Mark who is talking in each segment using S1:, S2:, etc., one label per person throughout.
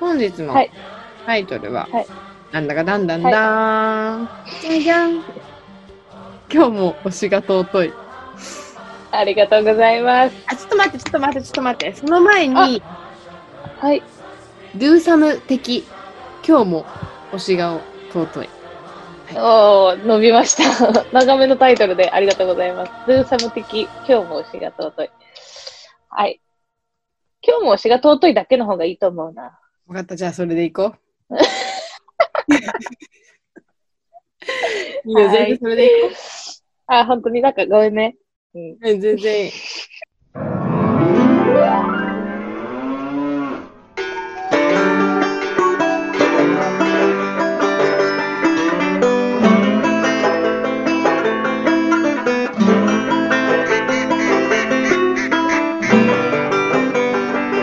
S1: 本日の
S2: はい
S1: タイトルは、
S2: はい
S1: なんだかだんだんだーん、じゃじゃん今日も推しが尊い
S2: ありがとうございます。
S1: あちょっと待ってちょっと待ってちょっと待ってその前に
S2: はい。
S1: ドゥーサム的今日も推しが尊い
S2: おー、伸びました。 長めのタイトルでありがとうございます。ルーサム的、今日も推しが尊い。はい。今日も推しが尊いだけの方がいいと思うな。
S1: 分かったじゃあそれでいこ ういいよ
S2: はい
S1: 全然それでいこう
S2: あ、本当になんかごめんね。うん。
S1: うん全然いい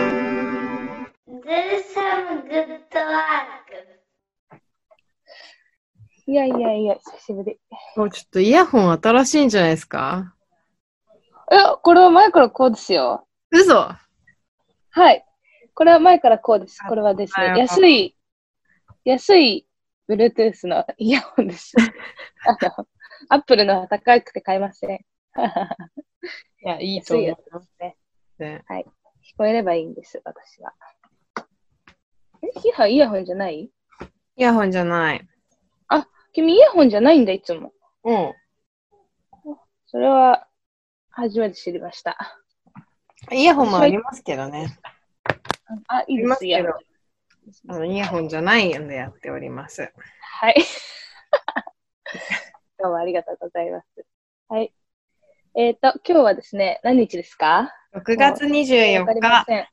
S3: どうしたもグッドワーク。
S2: いやいやいや、久しぶり。
S1: もうちょっとイヤホン新しいんじゃないですか
S2: え、これは前からこうですよ。
S1: 嘘
S2: はい。これは前からこうです。これはです
S1: あよ
S2: ね、安い、安い Bluetooth のイヤホン です。あの、Apple のは高くて買いません。
S1: いやいい
S2: 安いやつですね。
S1: ね
S2: 聞こえればいいんです、私は。え、ヒハイヤホンじゃない
S1: イヤホンじゃない
S2: 君イヤホンじゃないんだ、いつも。
S1: うん
S2: それは、初めて知りました。
S1: イヤホンもありますけどね。
S2: あ、いい
S1: あり
S2: で
S1: ます
S2: す、
S1: けど
S2: イヤホン。
S1: あのイヤホンじゃないのでやっております。
S2: はい。 どうもありがとうございます。はい。えっ、と、今日はですね、何日ですか
S1: 6月24
S2: わかりま
S1: 日、
S2: せん。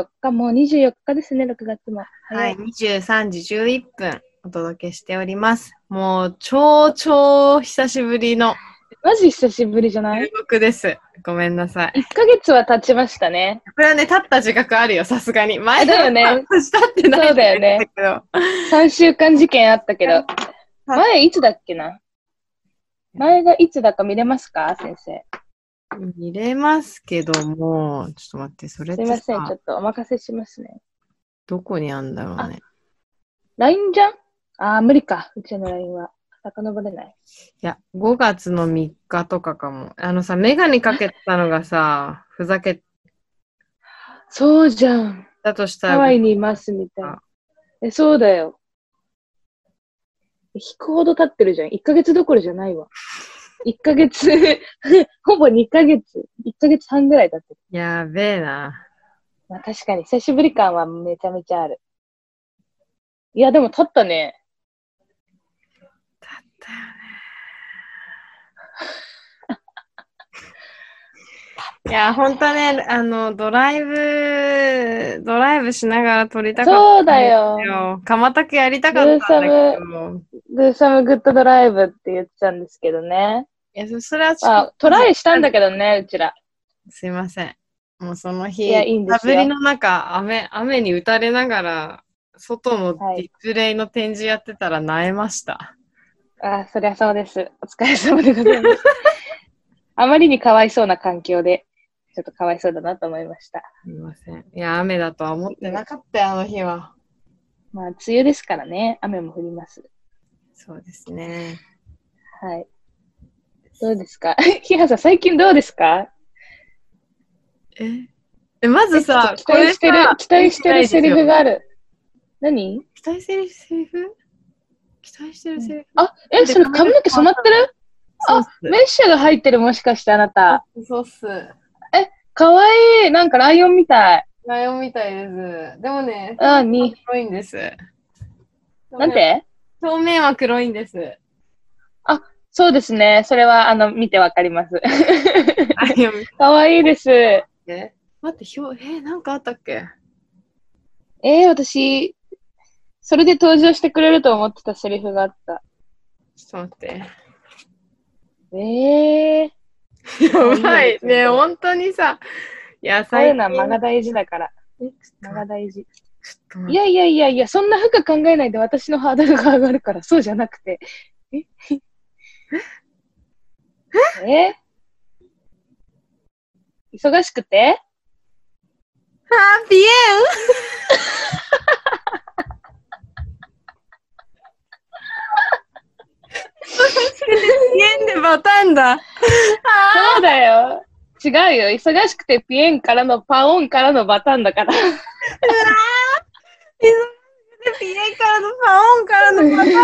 S2: 24日、もう24日ですね、6月も。
S1: は
S2: 早
S1: い、。23時11分お届けしております。もう超超久しぶりの
S2: マジ久しぶりじゃない
S1: 収録です。ごめんなさい。
S2: ?1 ヶ月は経ちましたね。
S1: これはね、立った自覚あるよ、さすがに。前
S2: だよね
S1: は立ってない
S2: そうだよね
S1: けど。
S2: 3週間事件あったけど。前いつだっけな前がいつだか見れますか先生。
S1: 見れますけども、ちょっと待って、それっ
S2: すいま
S1: て
S2: せん、ちょ
S1: さ
S2: っとお任せしますね。
S1: どこにあんだろうね。
S2: LINE じゃんああ、無理か。うちの LINE は。遡れない。
S1: いや、5月の3日とかかも。あのさ、メガネかけたのがさ、ふざけ
S2: そうじゃん。
S1: たとしたら、
S2: ハワイにいますみたいな。え、そうだよ。飛行ほど経ってるじゃん。1ヶ月どころじゃないわ。1ヶ月、 ほぼ2ヶ月、1ヶ月半ぐらい経ってる。
S1: やべえな。
S2: まあ確かに久しぶり感はめちゃめちゃある。いや、でも経ったね。
S1: だったよね。いや、ほんとね、あの、ドライブ、ドライブしながら撮りたかった。
S2: そうだ。よ。
S1: よ。鎌田区やりたかったんだけど。
S2: グーサムグッドドライブって言ってたんですけどね。
S1: いや、そそれはちょっ
S2: あ、トライしたんだけどね、うちら。
S1: と、すいません。もうその日、
S2: いやいいんですよ
S1: りの中、雨、雨に打たれながら、外の
S2: は
S1: デ
S2: い
S1: ィスプレイの展示やってたら、なえました。
S2: あ、そりゃそうです。お疲れ様でございます。あまりにかわいそうな環境で、ちょっとかわいそうだなと思いました。
S1: すみません。いや、雨だとは思ってなかったよ、あの日は。
S2: まあ、梅雨ですからね、雨も降ります。
S1: そうですね。
S2: はい。どうですか ひはさん、最近どうですか
S1: ええ、まずさ
S2: え、期待して
S1: こ
S2: る
S1: れさ、
S2: 期待してるセリフがある。何
S1: 期待してるセリフ期待してるセリフ
S2: あ、え、それ髪の毛染まってる
S1: そうっ
S2: メッシュが入ってるもしかしてあなた。
S1: す。そうっす。
S2: かわいい。なんかライオンみたい。
S1: ライオンみたいです。でもね、
S2: あ、に。
S1: 黒いんです。
S2: なんて
S1: 表面は黒いんです。
S2: そうですね。それは、あの、見てわかります。
S1: ライオン見
S2: かわいいです。え
S1: て。待って、ひょえ、なんかあったっけ
S2: ー、私、それで登場してくれると思ってたセリフがあった。
S1: ちょっと待って。
S2: えー、
S1: やばい。ね、本当にさ。いや、
S2: そうい
S1: 最
S2: うのは間が
S1: 近。
S2: 大事だから。
S1: えちょっと
S2: 間
S1: 待っ
S2: が大事。
S1: てちょっと待って
S2: いやいやいやいや、そんな深く考えないで私のハードルが上がるから、 そうじゃなくて。え え忙しくて
S1: あー、ピエんだ。
S2: そうだよ。違うよ。忙しくてピエンからのパオンからのバタンだから。
S1: ピエからのパオンからのパターンです。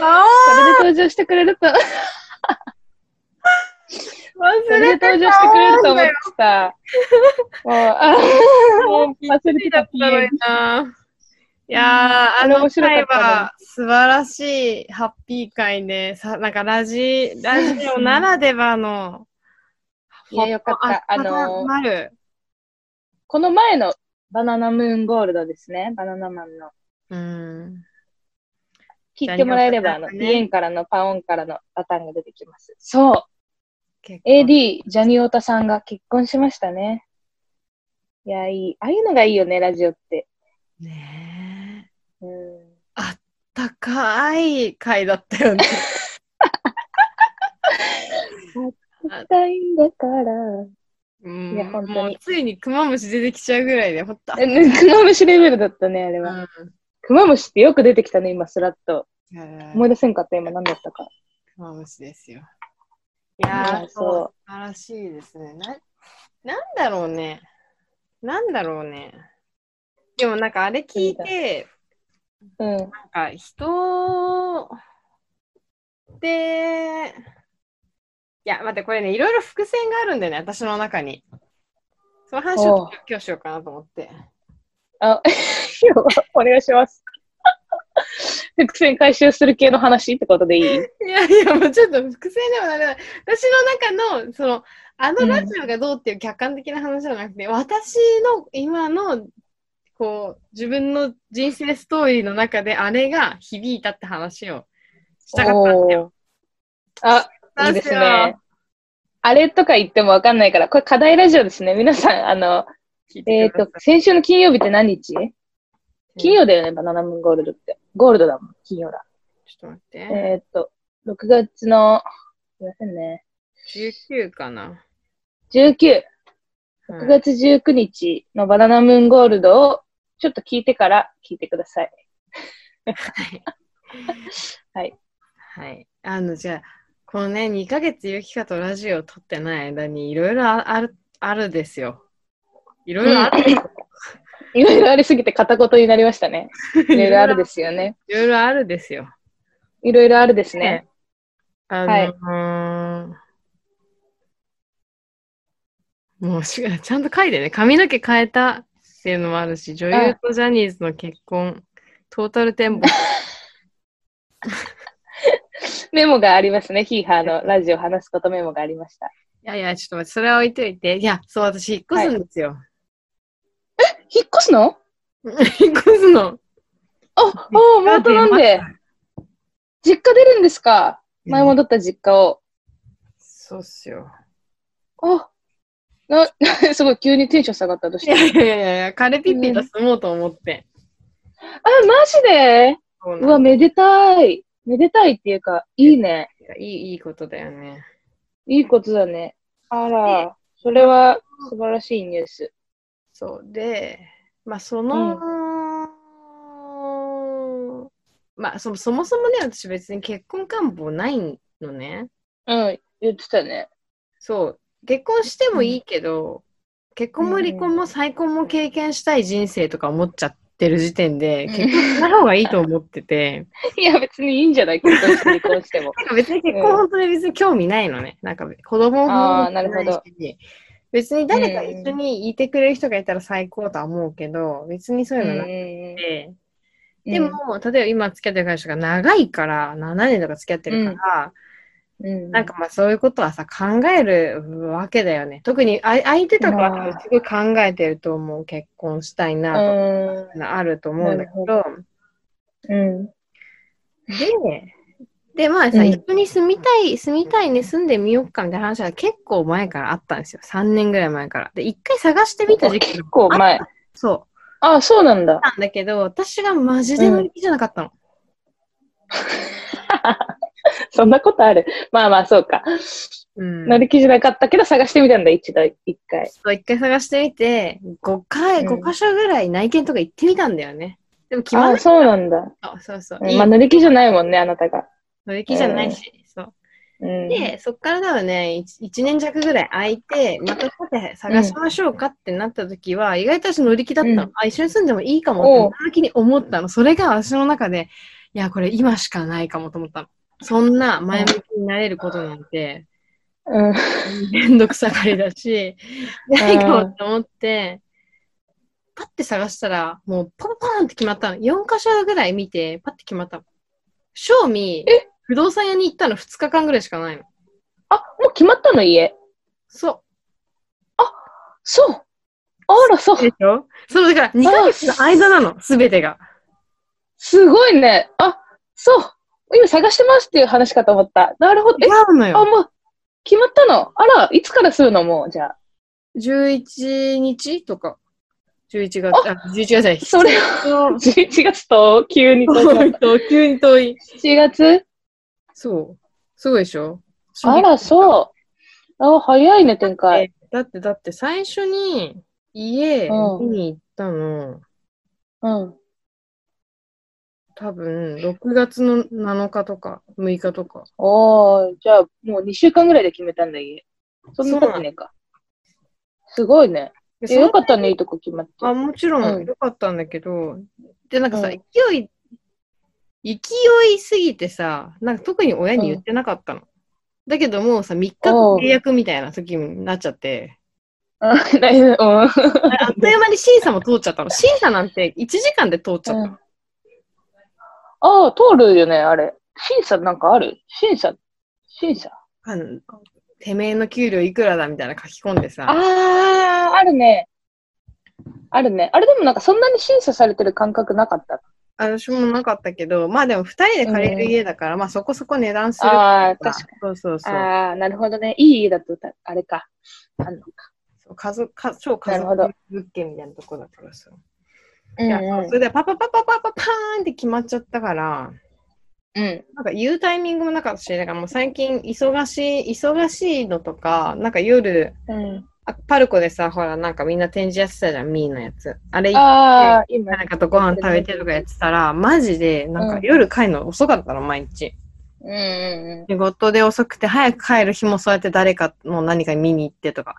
S1: パオ
S2: それで登場してくれると、
S1: ン
S2: それで登場してくれると思って た。もう、あもう忘れて
S1: だ
S2: た
S1: っ
S2: ピ
S1: たの
S2: エン
S1: に。な。いやー、あ
S2: うん
S1: の
S2: 面白か
S1: 回
S2: ったね
S1: は素晴らしいハッピー会で、さなんかラジラジオならではの、
S2: いやよかったあのー
S1: なる。
S2: この前のバナナムーンゴールドですね。バナナマンの。
S1: うん。
S2: 聞いてもらえれば、あ
S1: ジャニオ
S2: の、
S1: タ
S2: ピ
S1: ね
S2: エンからのパオンからのバタンが出てきます。そう。
S1: 結構
S2: AD、ジャニオタさんが結婚しましたね。いや、いい。ああいうのがいいよね、ラジオって。
S1: ねえ。
S2: うん。
S1: 高い回だったよね。
S2: たいんだから。
S1: うん
S2: いや本当に
S1: もうついにクマムシ出てきちゃうぐらいで、ほんと。
S2: え、ねクマムシレベルだったね、あれ
S1: う
S2: は。
S1: ん
S2: クマムシってよく出てきたね、今、スラッと。思
S1: ク
S2: い出せんかった、今、何だったか。
S1: マムシですよ。いや
S2: い
S1: ー、そ
S2: やそう
S1: う、素晴らしいですね。な、なんだろうね。なんだろうね。でもなんかあれ聞いて、
S2: うん。
S1: なんか人って、いや、待って、これね、いろいろ伏線があるんだよね、私の中に。その話
S2: お
S1: を
S2: う
S1: 今日しようかなと思って。
S2: あ、 お願いします。伏線回収する系の話ってことでいい
S1: いやいや、もうちょっと伏線でもならない。私の中の、その、あのラジオがどうっていう客観的な話じゃなくて、私の今の、こう、自分の人生ストーリーの中で、あれが響いたって話をしたかったんだよ。
S2: おーあ、いいですね。あれとか言ってもわかんないから、これ課題ラジオですね。皆さん、あの、
S1: 聞い
S2: え
S1: て
S2: っ、
S1: くだ
S2: と
S1: さ、
S2: 先週の金曜日って何日
S1: い
S2: 金曜だよね、バナナムーンゴールドって。ゴールドだもん、金曜だ。
S1: ちょっと待って。
S2: えっ、と、6月の、すいませんね、
S1: 19かな。
S2: 19、
S1: うん
S2: 6月19日のバナナムーンゴールドを、ちょっと聞いてから聞いてください。
S1: はい。あの、じゃあ、このね、2ヶ月ゆきかとラジオを撮ってない間に、いろいろあある、あるですよ。いろいろある。
S2: いろいろありすぎて片言になりました ね。いろいろあるですよね。
S1: いろいろあるですよ。
S2: いろいろあるですね。
S1: あのーもうしちゃんと書いてね、髪の毛変えたっていうのもあるし、女優とジャニーズの結婚、トータルテンボ
S2: メモがありますね。ヒーハーのラジオ話すことメモがありました。
S1: いやいや、ちょっと待って、それは置いといて。いや、そう、私、引っ越すんですよ。
S2: 引っ越すの
S1: 引っ越すの。
S2: あ、あ、またなんで。実家出るんですか前戻った実家を。
S1: そうっすよ。
S2: あな すごい、急にテンション下がった。どうし
S1: い
S2: て
S1: やいやいやいや、カレピッピと住もうと思って。
S2: あ、マジで
S1: そう
S2: う
S1: な
S2: わ、
S1: ん
S2: めでたい。めでたいっていうか、いいね。
S1: だいい、いいことだよね。
S2: いいことだね。あら、それは素晴らしいニュース。
S1: そうで、まあその、まあそそもそもね、私別に結婚願望ないのね。
S2: うん、言ってたね。
S1: そう、結婚してもいいけど、結婚も離婚も再婚も経験したい人生とか思っちゃってる時点で、
S2: うん
S1: 結婚しない方がいいと思ってて、
S2: いや、別にいいんじゃない結婚して離婚しても。
S1: なんか別に結婚本当に別に興味ないのね。なんか子供も
S2: あーなるほど
S1: し別に誰か一緒にいてくれる人がいたら最高とは思うけど、別にそう
S2: う
S1: い
S2: ん
S1: うのなく
S2: うん
S1: て、
S2: うん
S1: でも、例えば今付き合ってる彼氏が長いから、7年とか付き合ってるから、
S2: うん、
S1: なんかまあそういうことはさ、考えるわけだよね。特にあ相手とかは多分すごい考えてると思う。結婚したいなと
S2: う
S1: か、あると思うんだけど。
S2: ん、うん、
S1: で、で、まあさ、
S2: うん
S1: 一緒に住みたい、住みたいね、住んでみようかみたいな話は結構前からあったんですよ。3年ぐらい前から。で、一回探してみた時期
S2: 結構前。
S1: そう。
S2: あ、そうなんだ。
S1: なんだけど、私がマジで乗り気じゃなかったの。
S2: そんなことある。まあまあ、そうか。
S1: うん
S2: 乗り気じゃなかったけど、探してみたんだ、一度、一回。
S1: そう、一回探してみて、5回、
S2: うん
S1: 5箇所ぐらい内見とか行ってみたんだよね。でも決まん
S2: あ
S1: な
S2: あ、
S1: い
S2: そうなんだ。
S1: の。そうそう。
S2: うん
S1: いい
S2: まあ、乗り気じゃないもんね、あなたが。
S1: 乗り気じゃないし、そう。
S2: うん、
S1: で、そっから多分ね、1, 年弱ぐらい空いて、またさて探しましょうかってなった時は、意外と私乗り気だったの、
S2: うん
S1: あ、一緒に住んでもいいか
S2: お
S1: も
S2: う
S1: って、時に思ったの。それが私の中で、いや、これ今しかないかもと思ったの。そんな前向きになれることなんて、
S2: うん、
S1: めんどくさがりだし、ないかもって思って、パッて探したら、もうポンポンって決まったの。4箇所ぐらい見て、パッて決まったの。正味、不動産屋に行ったの2日間ぐらいしかないの。
S2: あ、もう決まったの家。
S1: そう。
S2: そう。あら、そう。
S1: でしょそう、だから2ヶ月の間なの、すべてが。
S2: すごいね。あ、そう。今探してますっていう話かと思った。なるほど。
S1: 違
S2: え、
S1: うの
S2: あ、
S1: よ。
S2: もう決まったの。あら、いつからするのもう、じゃあ。
S1: 11日とか。11月、あ、11月じゃない。
S2: それ
S1: 7
S2: 11月と急にと。7
S1: 月 の急に遠い。
S2: 月
S1: そう。そうでしょ
S2: あら、そう。あ、早いね、展開。
S1: えだって、だって最初に家
S2: う
S1: 見
S2: ん
S1: に行ったの、
S2: うん。
S1: 多分6月の7日とか6日とか。
S2: おー、じゃあ、もう2週間ぐらいで決めたんだ、家。そんなことねえか。すごいね。
S1: で
S2: え、
S1: その
S2: よかったね、いいとこ決まって。
S1: あ、もちろ
S2: うんん
S1: 良かったんだけど、で、なんかさ、
S2: うん
S1: 勢い、勢いすぎてさ、なんか特に親に言ってなかったの。だけどもうさ、3日
S2: おう
S1: 契約みたいな時になっちゃって、
S2: うん大丈夫。うん
S1: ああっという間に審査も通っちゃったの。審査なんて1時間で通っちゃったの。
S2: うんああ、通るよね、あれ。審査なんかある審査審査
S1: あのてめえの給料いくらだみたいな書き込んで
S2: あ
S1: さ、
S2: あ、あるね。あるね。あれでもなんかそんなに審査されてる感覚なかった。
S1: 私もなかったけど、まあでも2人で借りる家だから、まあそこそこ値段する
S2: ああ、
S1: ら
S2: 確か
S1: そうそうそう
S2: に。。ああ、なるほどね。いい家だと、たあれか。あんのか。
S1: そう家族か超家
S2: なるほ
S1: 族
S2: ど
S1: 物件みたいなとこだからさ。
S2: うん
S1: いや
S2: うん
S1: それでパパパパパパパーンって決まっちゃったから、
S2: うん。
S1: なんか言うタイミングもなかったし、だからもう最近忙しい、忙しいのとか、なんか夜、
S2: うん。
S1: あパルコでさ、ほら、なんかみんな展示やってたじゃん、ミーのやつ。あれ、
S2: ああ、今。
S1: なんかとご飯食べてとかやってたら、マジで、なんか夜帰るの遅かったの、毎日。
S2: うんうん
S1: 仕事で遅くて、早く帰る日もそうやって誰かの何か見に行ってとか、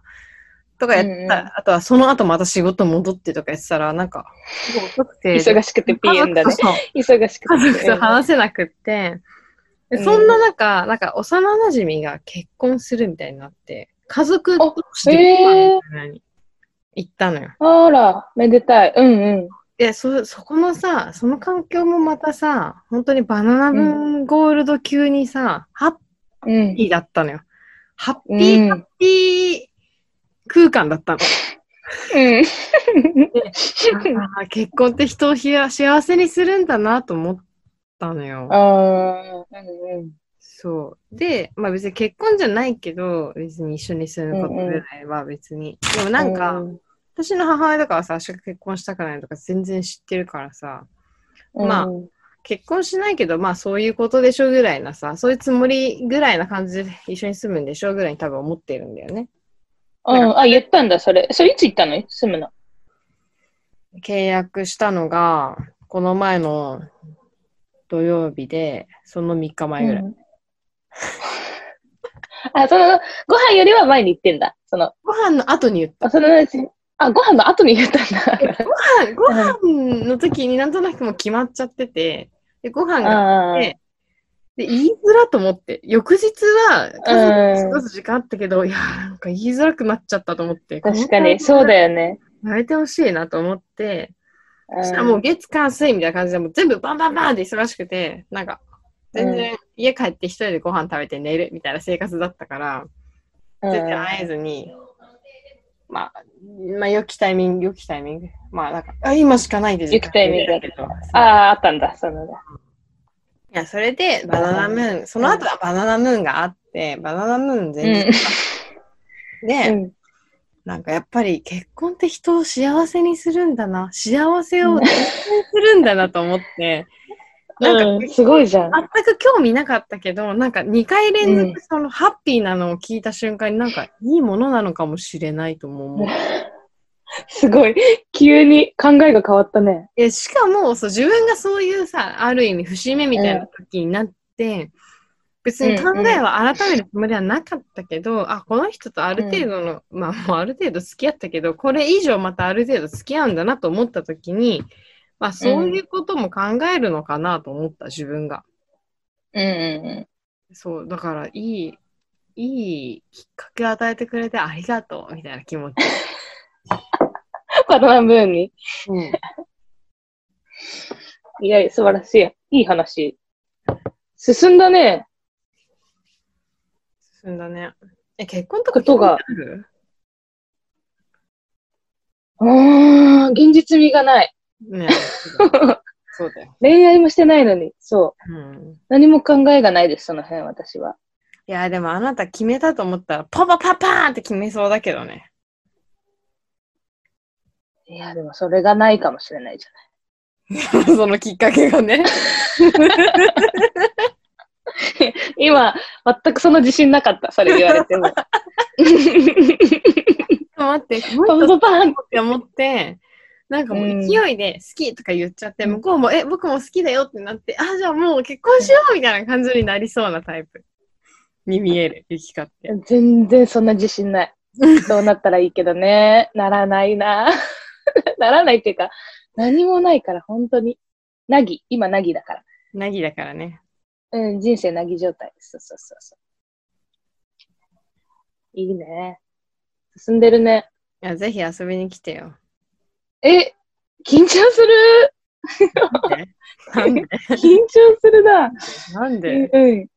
S1: とかやってた、
S2: うんうん
S1: あとはその後また仕事戻ってとかやってたら、なんか、すごい遅く
S2: うん。
S1: て。
S2: 忙しくてピエンだね。
S1: そう
S2: 忙しくて。
S1: 家族と話せなくって、で
S2: うん
S1: そんな中、なんか幼馴染が結婚するみたいになって、家族同士で
S2: あへー
S1: ご飯みたいなのに行ったのよ。
S2: あら、めでたい。うんうん。
S1: で、そ、そこのさ、その環境もまたさ、本当にバナナムーンゴールド級にさ、ハッ
S2: うん。
S1: ピーだったのよ。ハッピ
S2: う
S1: ー、ハ
S2: ん
S1: ッ。ピー空間だったの。
S2: うん。
S1: あー結婚って人をひや幸せにするんだなと思ったのよ。
S2: ああ、うんうん。
S1: そう。で、まあ別に結婚じゃないけど、別に一緒に住むことぐらいは別に。でもなんか、
S2: うん
S1: 私の母親だからさ、私が結婚したくないのとか全然知ってるからさ、
S2: うん、
S1: まあ結婚しないけど、まあそういうことでしょぐらいなさ、そういうつもりぐらいな感じで一緒に住むんでしょぐらいに多分思ってるんだよね。
S2: うん、あ、言ったんだ、それ。それいつ言ったの住むの。
S1: 契約したのが、この前の土曜日で、その3日前ぐらい。
S2: うんあ、その、ご飯よりは前に行ってんだ。その、
S1: ご飯の後に言った
S2: あ、。そのうち、あ、ご飯の後に言ったんだ。
S1: ご飯の時になんとなくもう決まっちゃってて、でご飯が
S2: あー
S1: でで、言いづらと思って、翌日は家族と過ごす時間あったけど、いやー、なんか言いづらくなっちゃったと思って、
S2: 確かに、そうだ
S1: よ。
S2: よね。
S1: やめてほしいなと思って、
S2: うん
S1: そしたらもう月火水みたいな感じで、もう全部バンバンバンって忙しくて、なんか、全然家帰って一人でご飯食べて寝るみたいな生活だったから、
S2: うん
S1: 全然会えずに、まあ、まあ、良きタイミング、良きタイミング。まあ、なんか、あ今しかないで
S2: 良きタイミングだ
S1: けど。そう
S2: ああ、あったんだ、その、
S1: いや、それで、バナナムーン、その後はバナナムーンがあって、バナナムーン
S2: う
S1: 全然、
S2: ん
S1: で、
S2: うん。
S1: なんかやっぱり結婚って人を幸せにするんだな、幸せを実現するんだなと思って、 なん
S2: う
S1: か、
S2: ん、すごいじゃん。
S1: 全く興味なかったけど、なんか2回連続そのハッピーなのを聞いた瞬間になんかいいものなのかもしれないとも思う。
S2: すごい。急に考えが変わったね。
S1: えしかもそう自分がそういうさある意味節目みたいな時になって、別に考えは改めるつもりはなかったけど、あ、この人とある程度の、まあもうある程度付き合ったけど、これ以上またある程度付き合うんだなと思った時に、まあそういうことも考えるのかなと思った、自分が。
S2: うんう
S1: そう、だからいい、いいきっかけを与えてくれてありがとうみたいな気持ち。
S2: ん。バナナムーンに。いや、素晴らしい。いい話。進んだね。
S1: 進んだね。え、結婚とか
S2: ことが
S1: 興味ある
S2: うーん、現実味がない。
S1: ねそうだよそうだよ。
S2: 恋愛もしてないのに、そう。
S1: うん
S2: 何も考えがないです、その辺、私は。
S1: いや、でもあなた決めたと思ったら、パパパパーンって決めそうだけどね。
S2: いや、でもそれがないかもしれないじゃ
S1: そのきっかけがね。
S2: ない。今、全くその自信なかった、それ言われて も。
S1: 待って、こ
S2: パ
S1: の
S2: ン
S1: 人っ
S2: パンパン
S1: て思って、なんかもう
S2: うん
S1: 勢いで好きとか言っちゃって、向こうも、え、僕も好きだよってなって、あ、じゃあもう結婚しようみたいな感じになりそうなタイプに見える、ゆきかって。
S2: 全然そんな自信ない。どうなったらいいけどね。ならないな。 ならないっていうか、何もないから、本当に。なぎ、今なぎだから。
S1: なぎだからね。
S2: うん、人生なぎ状態です。そうそうそうそう。いいね。進んでるね。
S1: いや、ぜひ遊びに来てよ。
S2: え、緊張する
S1: なんで
S2: 緊張するな。
S1: なん
S2: う
S1: で
S2: んうん。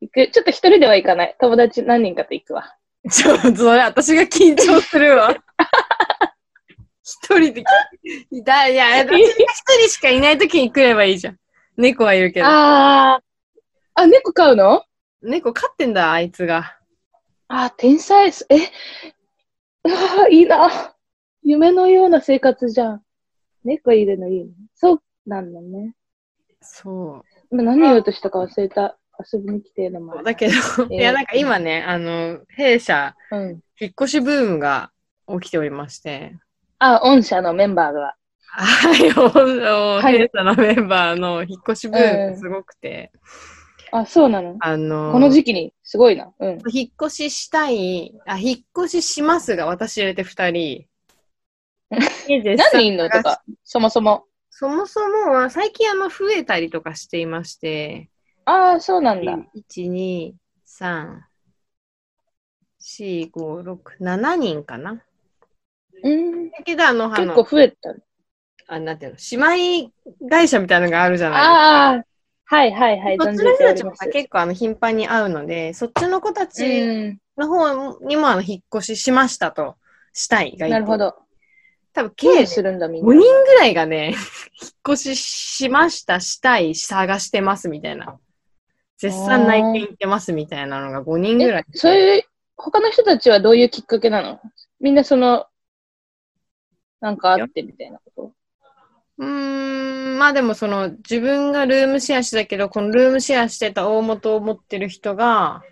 S2: 行く。ちょっと一人では行かない。友達何人かと行くわ。
S1: ちょっとそれ私が緊張するわ。 一人で来だいや、私が一人しかいないときに来ればいいじゃん。猫はいるけど。
S2: あー。あ、猫飼うの
S1: 猫飼ってんだ、あいつが。
S2: あ、天才っす。え、うわーいいな。夢のような生活じゃん。猫いるのいいね。そうなんだね。
S1: そ
S2: 今何言おうとしたか忘れた。遊びに来てるのもあ
S1: う。
S2: る。
S1: だけど、
S2: えー
S1: いや、なんか今ね、あの、弊社、
S2: うん。
S1: 引っ越しブームが起きておりまして、
S2: あ、御社のメンバーが。
S1: はい、おお
S2: はい
S1: 弊社のメンバーの引っ越しブームすごくて、
S2: あ、そうなの。
S1: あの、
S2: この時期に、すごいな。うん。
S1: 引っ越ししたい、あ、引っ越ししますが、私入れて2人。で絶
S2: 何
S1: 賛
S2: 人いんのとか、そもそも。
S1: そもそもは最近あの増えたりとかしていまして、
S2: ああ、そうなんだ。
S1: 1、2、3、4、5、6、7人かな。
S2: うん。
S1: だけど、あの、あ
S2: 結構
S1: の、
S2: 増えたね。
S1: あなんていうの、姉妹会社みたいなのがあるじゃない
S2: ああ、はいはいはい。
S1: ですか。そっ
S2: 存
S1: ち
S2: じ
S1: の人
S2: てお
S1: たち
S2: り
S1: も
S2: ま
S1: さ
S2: す。
S1: 結構あの頻繁に会うので、そっちの子たちの方にもあの引っ越ししましたと、したいが
S2: うん。
S1: いて
S2: なるほ。ど。
S1: 多分、計
S2: 経営
S1: 5
S2: するんだ、みんな。
S1: 人ぐらいがね、 引っ越ししました、したい、探してますみたいな。絶賛内見行ってますみたいなのが5人ぐらいいて。
S2: そういう、他の人たちはどういうきっかけなのみんなその、なんかあってみたいなこ
S1: うーんまあでもその自分がルームシェアしてたけどこのルームシェアしてた大元を持ってる人が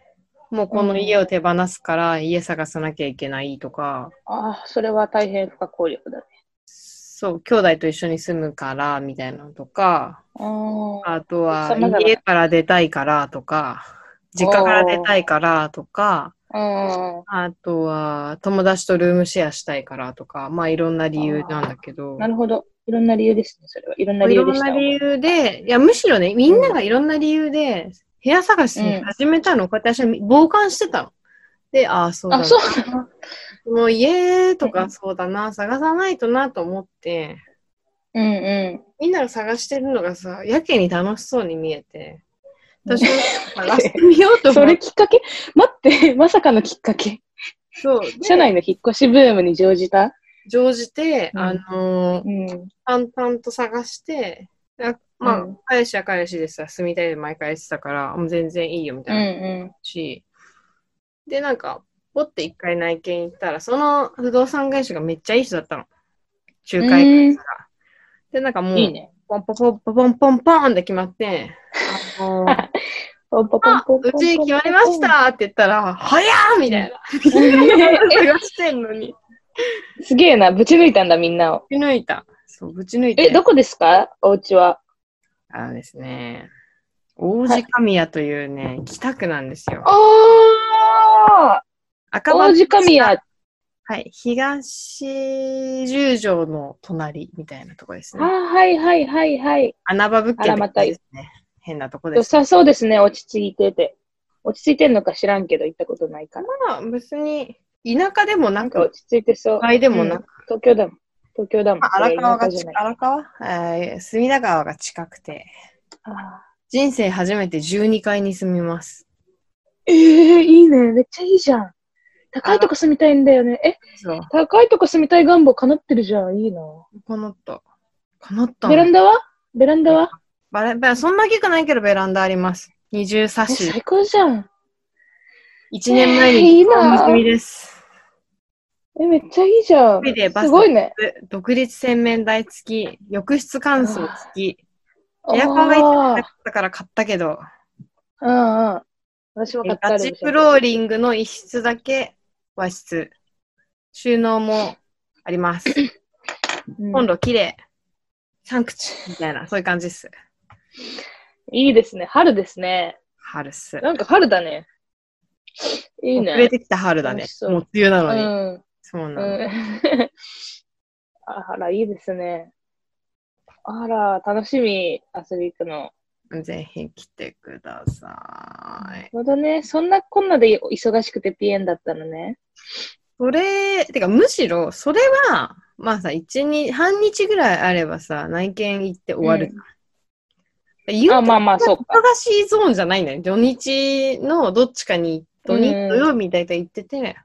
S1: もうこの家を手放すから家探さなきゃいけないとか、
S2: とああ、それは大変不可抗力だね。
S1: そう兄弟と一緒に住むからみたいなのとか
S2: ああ。
S1: あとは
S2: 様々
S1: 家から出たいからとか実家から出たいからとか
S2: あ
S1: あとは友達とルームシェアしたいからとかまあいろんな理由なんだけど
S2: あ。なるほど。いろんな理由ですね、それは。いろんな理
S1: い
S2: 由
S1: ろん
S2: でし
S1: な
S2: た。
S1: 理由で、いや、むしろね、みんながいろんな理由で、部屋探しに始めたの、こうやって私は傍観してたの。で、ああ、そうだ
S2: あ、
S1: な。
S2: そうなの
S1: もう家と
S2: う
S1: か
S2: ん
S1: そうだな、探さないとなと思って、
S2: うんう
S1: みんなが探してるのがさ、やけに楽しそうに見えて、私も 探してみようと
S2: ん。そ
S1: 思っ
S2: れ
S1: て、
S2: きっかけ待って、まさかのきっかけ。
S1: そう、
S2: 社内の引っ越しブームに乗じた
S1: 乗じて、
S2: うん
S1: あのー
S2: うん。
S1: 淡々と探して、あまあ、
S2: うん
S1: 彼氏は彼氏でさ、住みたいで毎回言ってたから、もう全然いいよみた
S2: う
S1: い
S2: ん
S1: な
S2: う
S1: し、で、なんか、ポって一回内見行ったら、その不動産会社がめっちゃいい人だったの。仲介会社が。で、なんかもう、
S2: ん。いいね。
S1: ポンポンポンポンポンポンポンって決まって、あのー
S2: ポンポ
S1: あ、うち決まりまし。たって言ったら、早ーみたいな。探してんのに。
S2: すげえな、ぶち抜いたんだ、みんなを。
S1: ぶち抜いた。そう、ぶち抜いて。
S2: え、どこですかお家は。
S1: あのですね、王子神谷というね、北区なんですよ。
S2: あ
S1: 赤
S2: ー王子神谷。
S1: はい。東十条の隣みたいなとこです
S2: あ
S1: ね。
S2: ーはいはいはいはい。
S1: 穴場物件
S2: あらまた
S1: ですね。変なとこで
S2: 良
S1: す。
S2: さそうですね、落ち着いてて。落ち着いてんのか知らんけど、行ったことないから。
S1: まあ、別に、田舎でもな
S2: なん
S1: く、
S2: か落ち着いてそう
S1: 都。会でもなく、
S2: 東京だもん。東京だもん。
S1: まあ、荒川が
S2: それ田舎じ
S1: ち
S2: ゃない
S1: 荒川えー隅田川が近くて、
S2: あ
S1: 人生初めて12階に住みます。
S2: ーええいいね。めっちゃいいじゃん。高いとこ住みたいんだよね。え、
S1: そう。
S2: 高いとこ住みたい願望叶ってるじゃん。いいな。
S1: このった。このったの
S2: ベランダはベランダは
S1: バレバレそんな大きくないけどベランダあります。二重サッ
S2: え
S1: シ。
S2: 最高じゃん。
S1: 1年前
S2: えーい
S1: に
S2: いな
S1: 結婚済みです。
S2: え、めっちゃいいじゃん。
S1: トイレバス
S2: すごいね。
S1: 独立洗面台付き、浴室乾燥付き。
S2: あ
S1: エアコンが一
S2: あ
S1: だから買ったけど、
S2: ーうんうん。私も買った
S1: ガチフローリングの一室だけ和室。収納もあり ます。コン
S2: 度。
S1: ロ綺麗。サンクチュみたいな、そういう感じっす。
S2: いいですね。春ですね。
S1: 春っす。
S2: なんか春だね。いいね。
S1: 遅れてきた春だね
S2: 楽し。そう
S1: もう梅雨なのに。
S2: うん。
S1: そうな
S2: う
S1: の。
S2: ん、 あら、いいですね。あら、楽しみ、遊び行くの。
S1: ぜひ来てくださ
S2: ないる。ほどね。そんなこんなで忙しくてピエンだったのね。
S1: それ、てかむしろ、それは、まあさ、一日、半日ぐらいあればさ、内見行って終わる。言う
S2: あ、
S1: と、
S2: まあまあ、そうか。
S1: 忙しいゾーンじゃないんだよね。土日のどっちかに、土日、
S2: うん
S1: 土曜日に大体行ってて、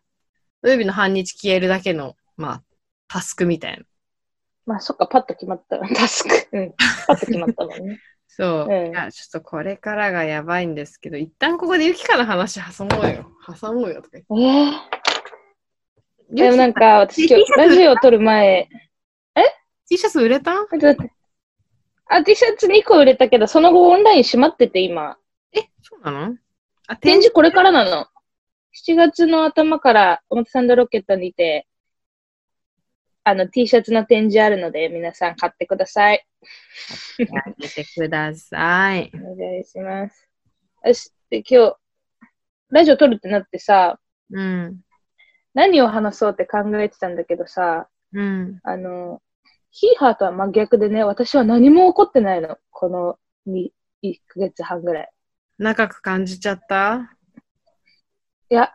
S1: 土曜日の半日消えるだけの、まあ、タスクみたいな。
S2: まあ、そっか、パッと決まった。タスク。うん。パッと決まったもんね。
S1: そう。
S2: うん
S1: いや、ちょっとこれからがやばいんですけど、一旦ここでユキカの話挟もうよ。挟もうよとか言って。
S2: ええ
S1: ユ
S2: でも
S1: キ
S2: なんか、私今日、ラジオを撮る前、
S1: T シャツ売れた
S2: あちょっと待ってあ、T シャツ2個売れたけど、その後オンライン閉まってて、今。
S1: え、そうなのあ、
S2: 展示これからなの。7月の頭から表参道ロケットにて、あの T シャツの展示あるので、皆さん買ってください。
S1: やめてください。
S2: お願いします。よし、で今日、ラジオ撮るってなってさ、
S1: うん。
S2: 何を話そうって考えてたんだけどさ、
S1: うん。
S2: あの、ヒーハーとは真逆でね、私は何も起こってないの。この2、1ヶ月半ぐらい。
S1: 長く感じちゃ った
S2: いや、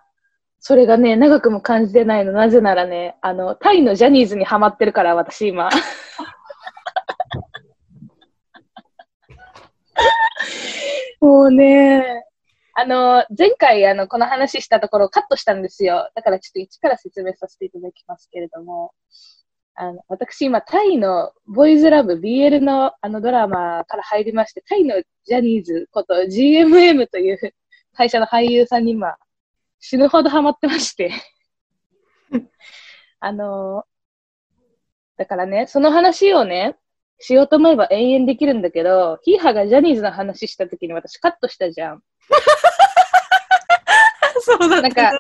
S2: それがね、長くも感じてないの。なぜならね、あの、タイのジャニーズにハマってるから、私今。もうね、あの、前回、あの、この話したところをカットしたんですよ。だからちょっと一から説明させていただきますけれども、あの、私今、タイのボーイズラブ BL のあのドラマから入りまして、タイのジャニーズこと GMM という会社の俳優さんに今、死ぬほどハマってまして。 あのーだからね、その話をね、しようと思えば永遠できるんだけど、ヒーハーがジャニーズの話した時に私カットしたじゃん。
S1: そうだ
S2: な んか、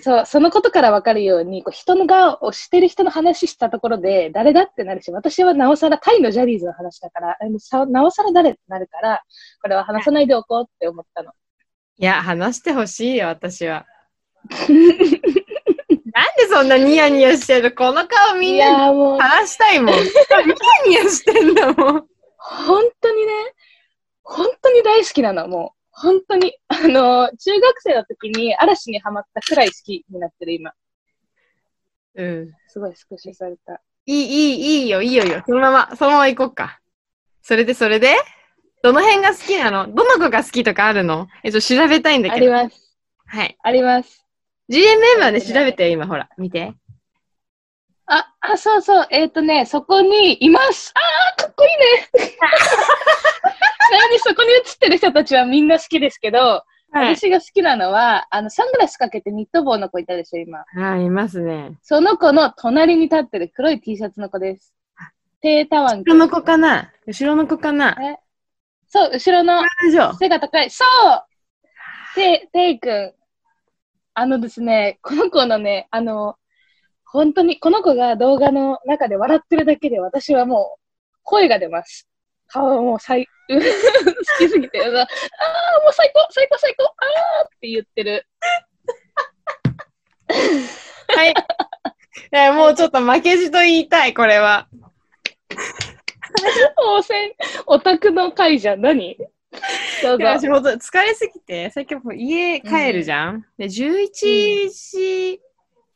S2: そう、そのことからわかるように、こう人の側をしてる人の話したところで、誰だってなるし、私はなおさらタイのジャニーズの話だから、あのさなおさら誰ってなるから、これは話さないでおこうって思ったの。
S1: いや、話してほしいよ、私 は。なんでそんなニヤニヤしてるこの顔み
S2: い
S1: んなに
S2: やーもう、
S1: 話したいもん。ニヤニヤしてんだもん。
S2: 本当にね、本当に大好きなの、もう。本当に。あの、中学生の時に嵐にハマったくらい好きになってる、今。
S1: うん。
S2: すごいスクショされた。
S1: いい、いい、いいよ、いいよ、いいよ。そのまま、そのまま行こっか。それで、それでどの辺が好きなのどの子が好きとかあるのえ、ちょっと調べたいんだ
S2: あ
S1: け
S2: り
S1: ど。
S2: ます。
S1: はい。
S2: あります。
S1: GMM はね、調べてよ、今、ほら。見て。
S2: あ、あ、そうそう。えっ、とね、そこにいます。あー、かっこいいね。 ちなみにそこに写ってる人たちはみんな好きですけど、
S1: はい。
S2: 私が好きなのは、あの、サングラスかけてニット帽の子いたでしょ、今。
S1: はい、いますね。
S2: その子の隣に立ってる黒い T シャツの子です。テータワン
S1: 後ろ
S2: 君
S1: の子かな後ろの子かな
S2: そう、後ろの
S1: 大丈夫。
S2: 背が高い。そうて、ていくん。あのですね、この子のね、あの、本当に、この子が動画の中で笑ってるだけで、私はもう、声が出ます。顔はもう最、 好きすぎて、あーもう最高、最高、最高、あーって言ってる。
S1: はい。えーもうちょっと負けじと言いたい、これは。
S2: 汚染、オタクの会じゃ何 どう
S1: い
S2: ぞ
S1: や。私ほんと疲れすぎて、最近もう家帰るじゃん。で、11時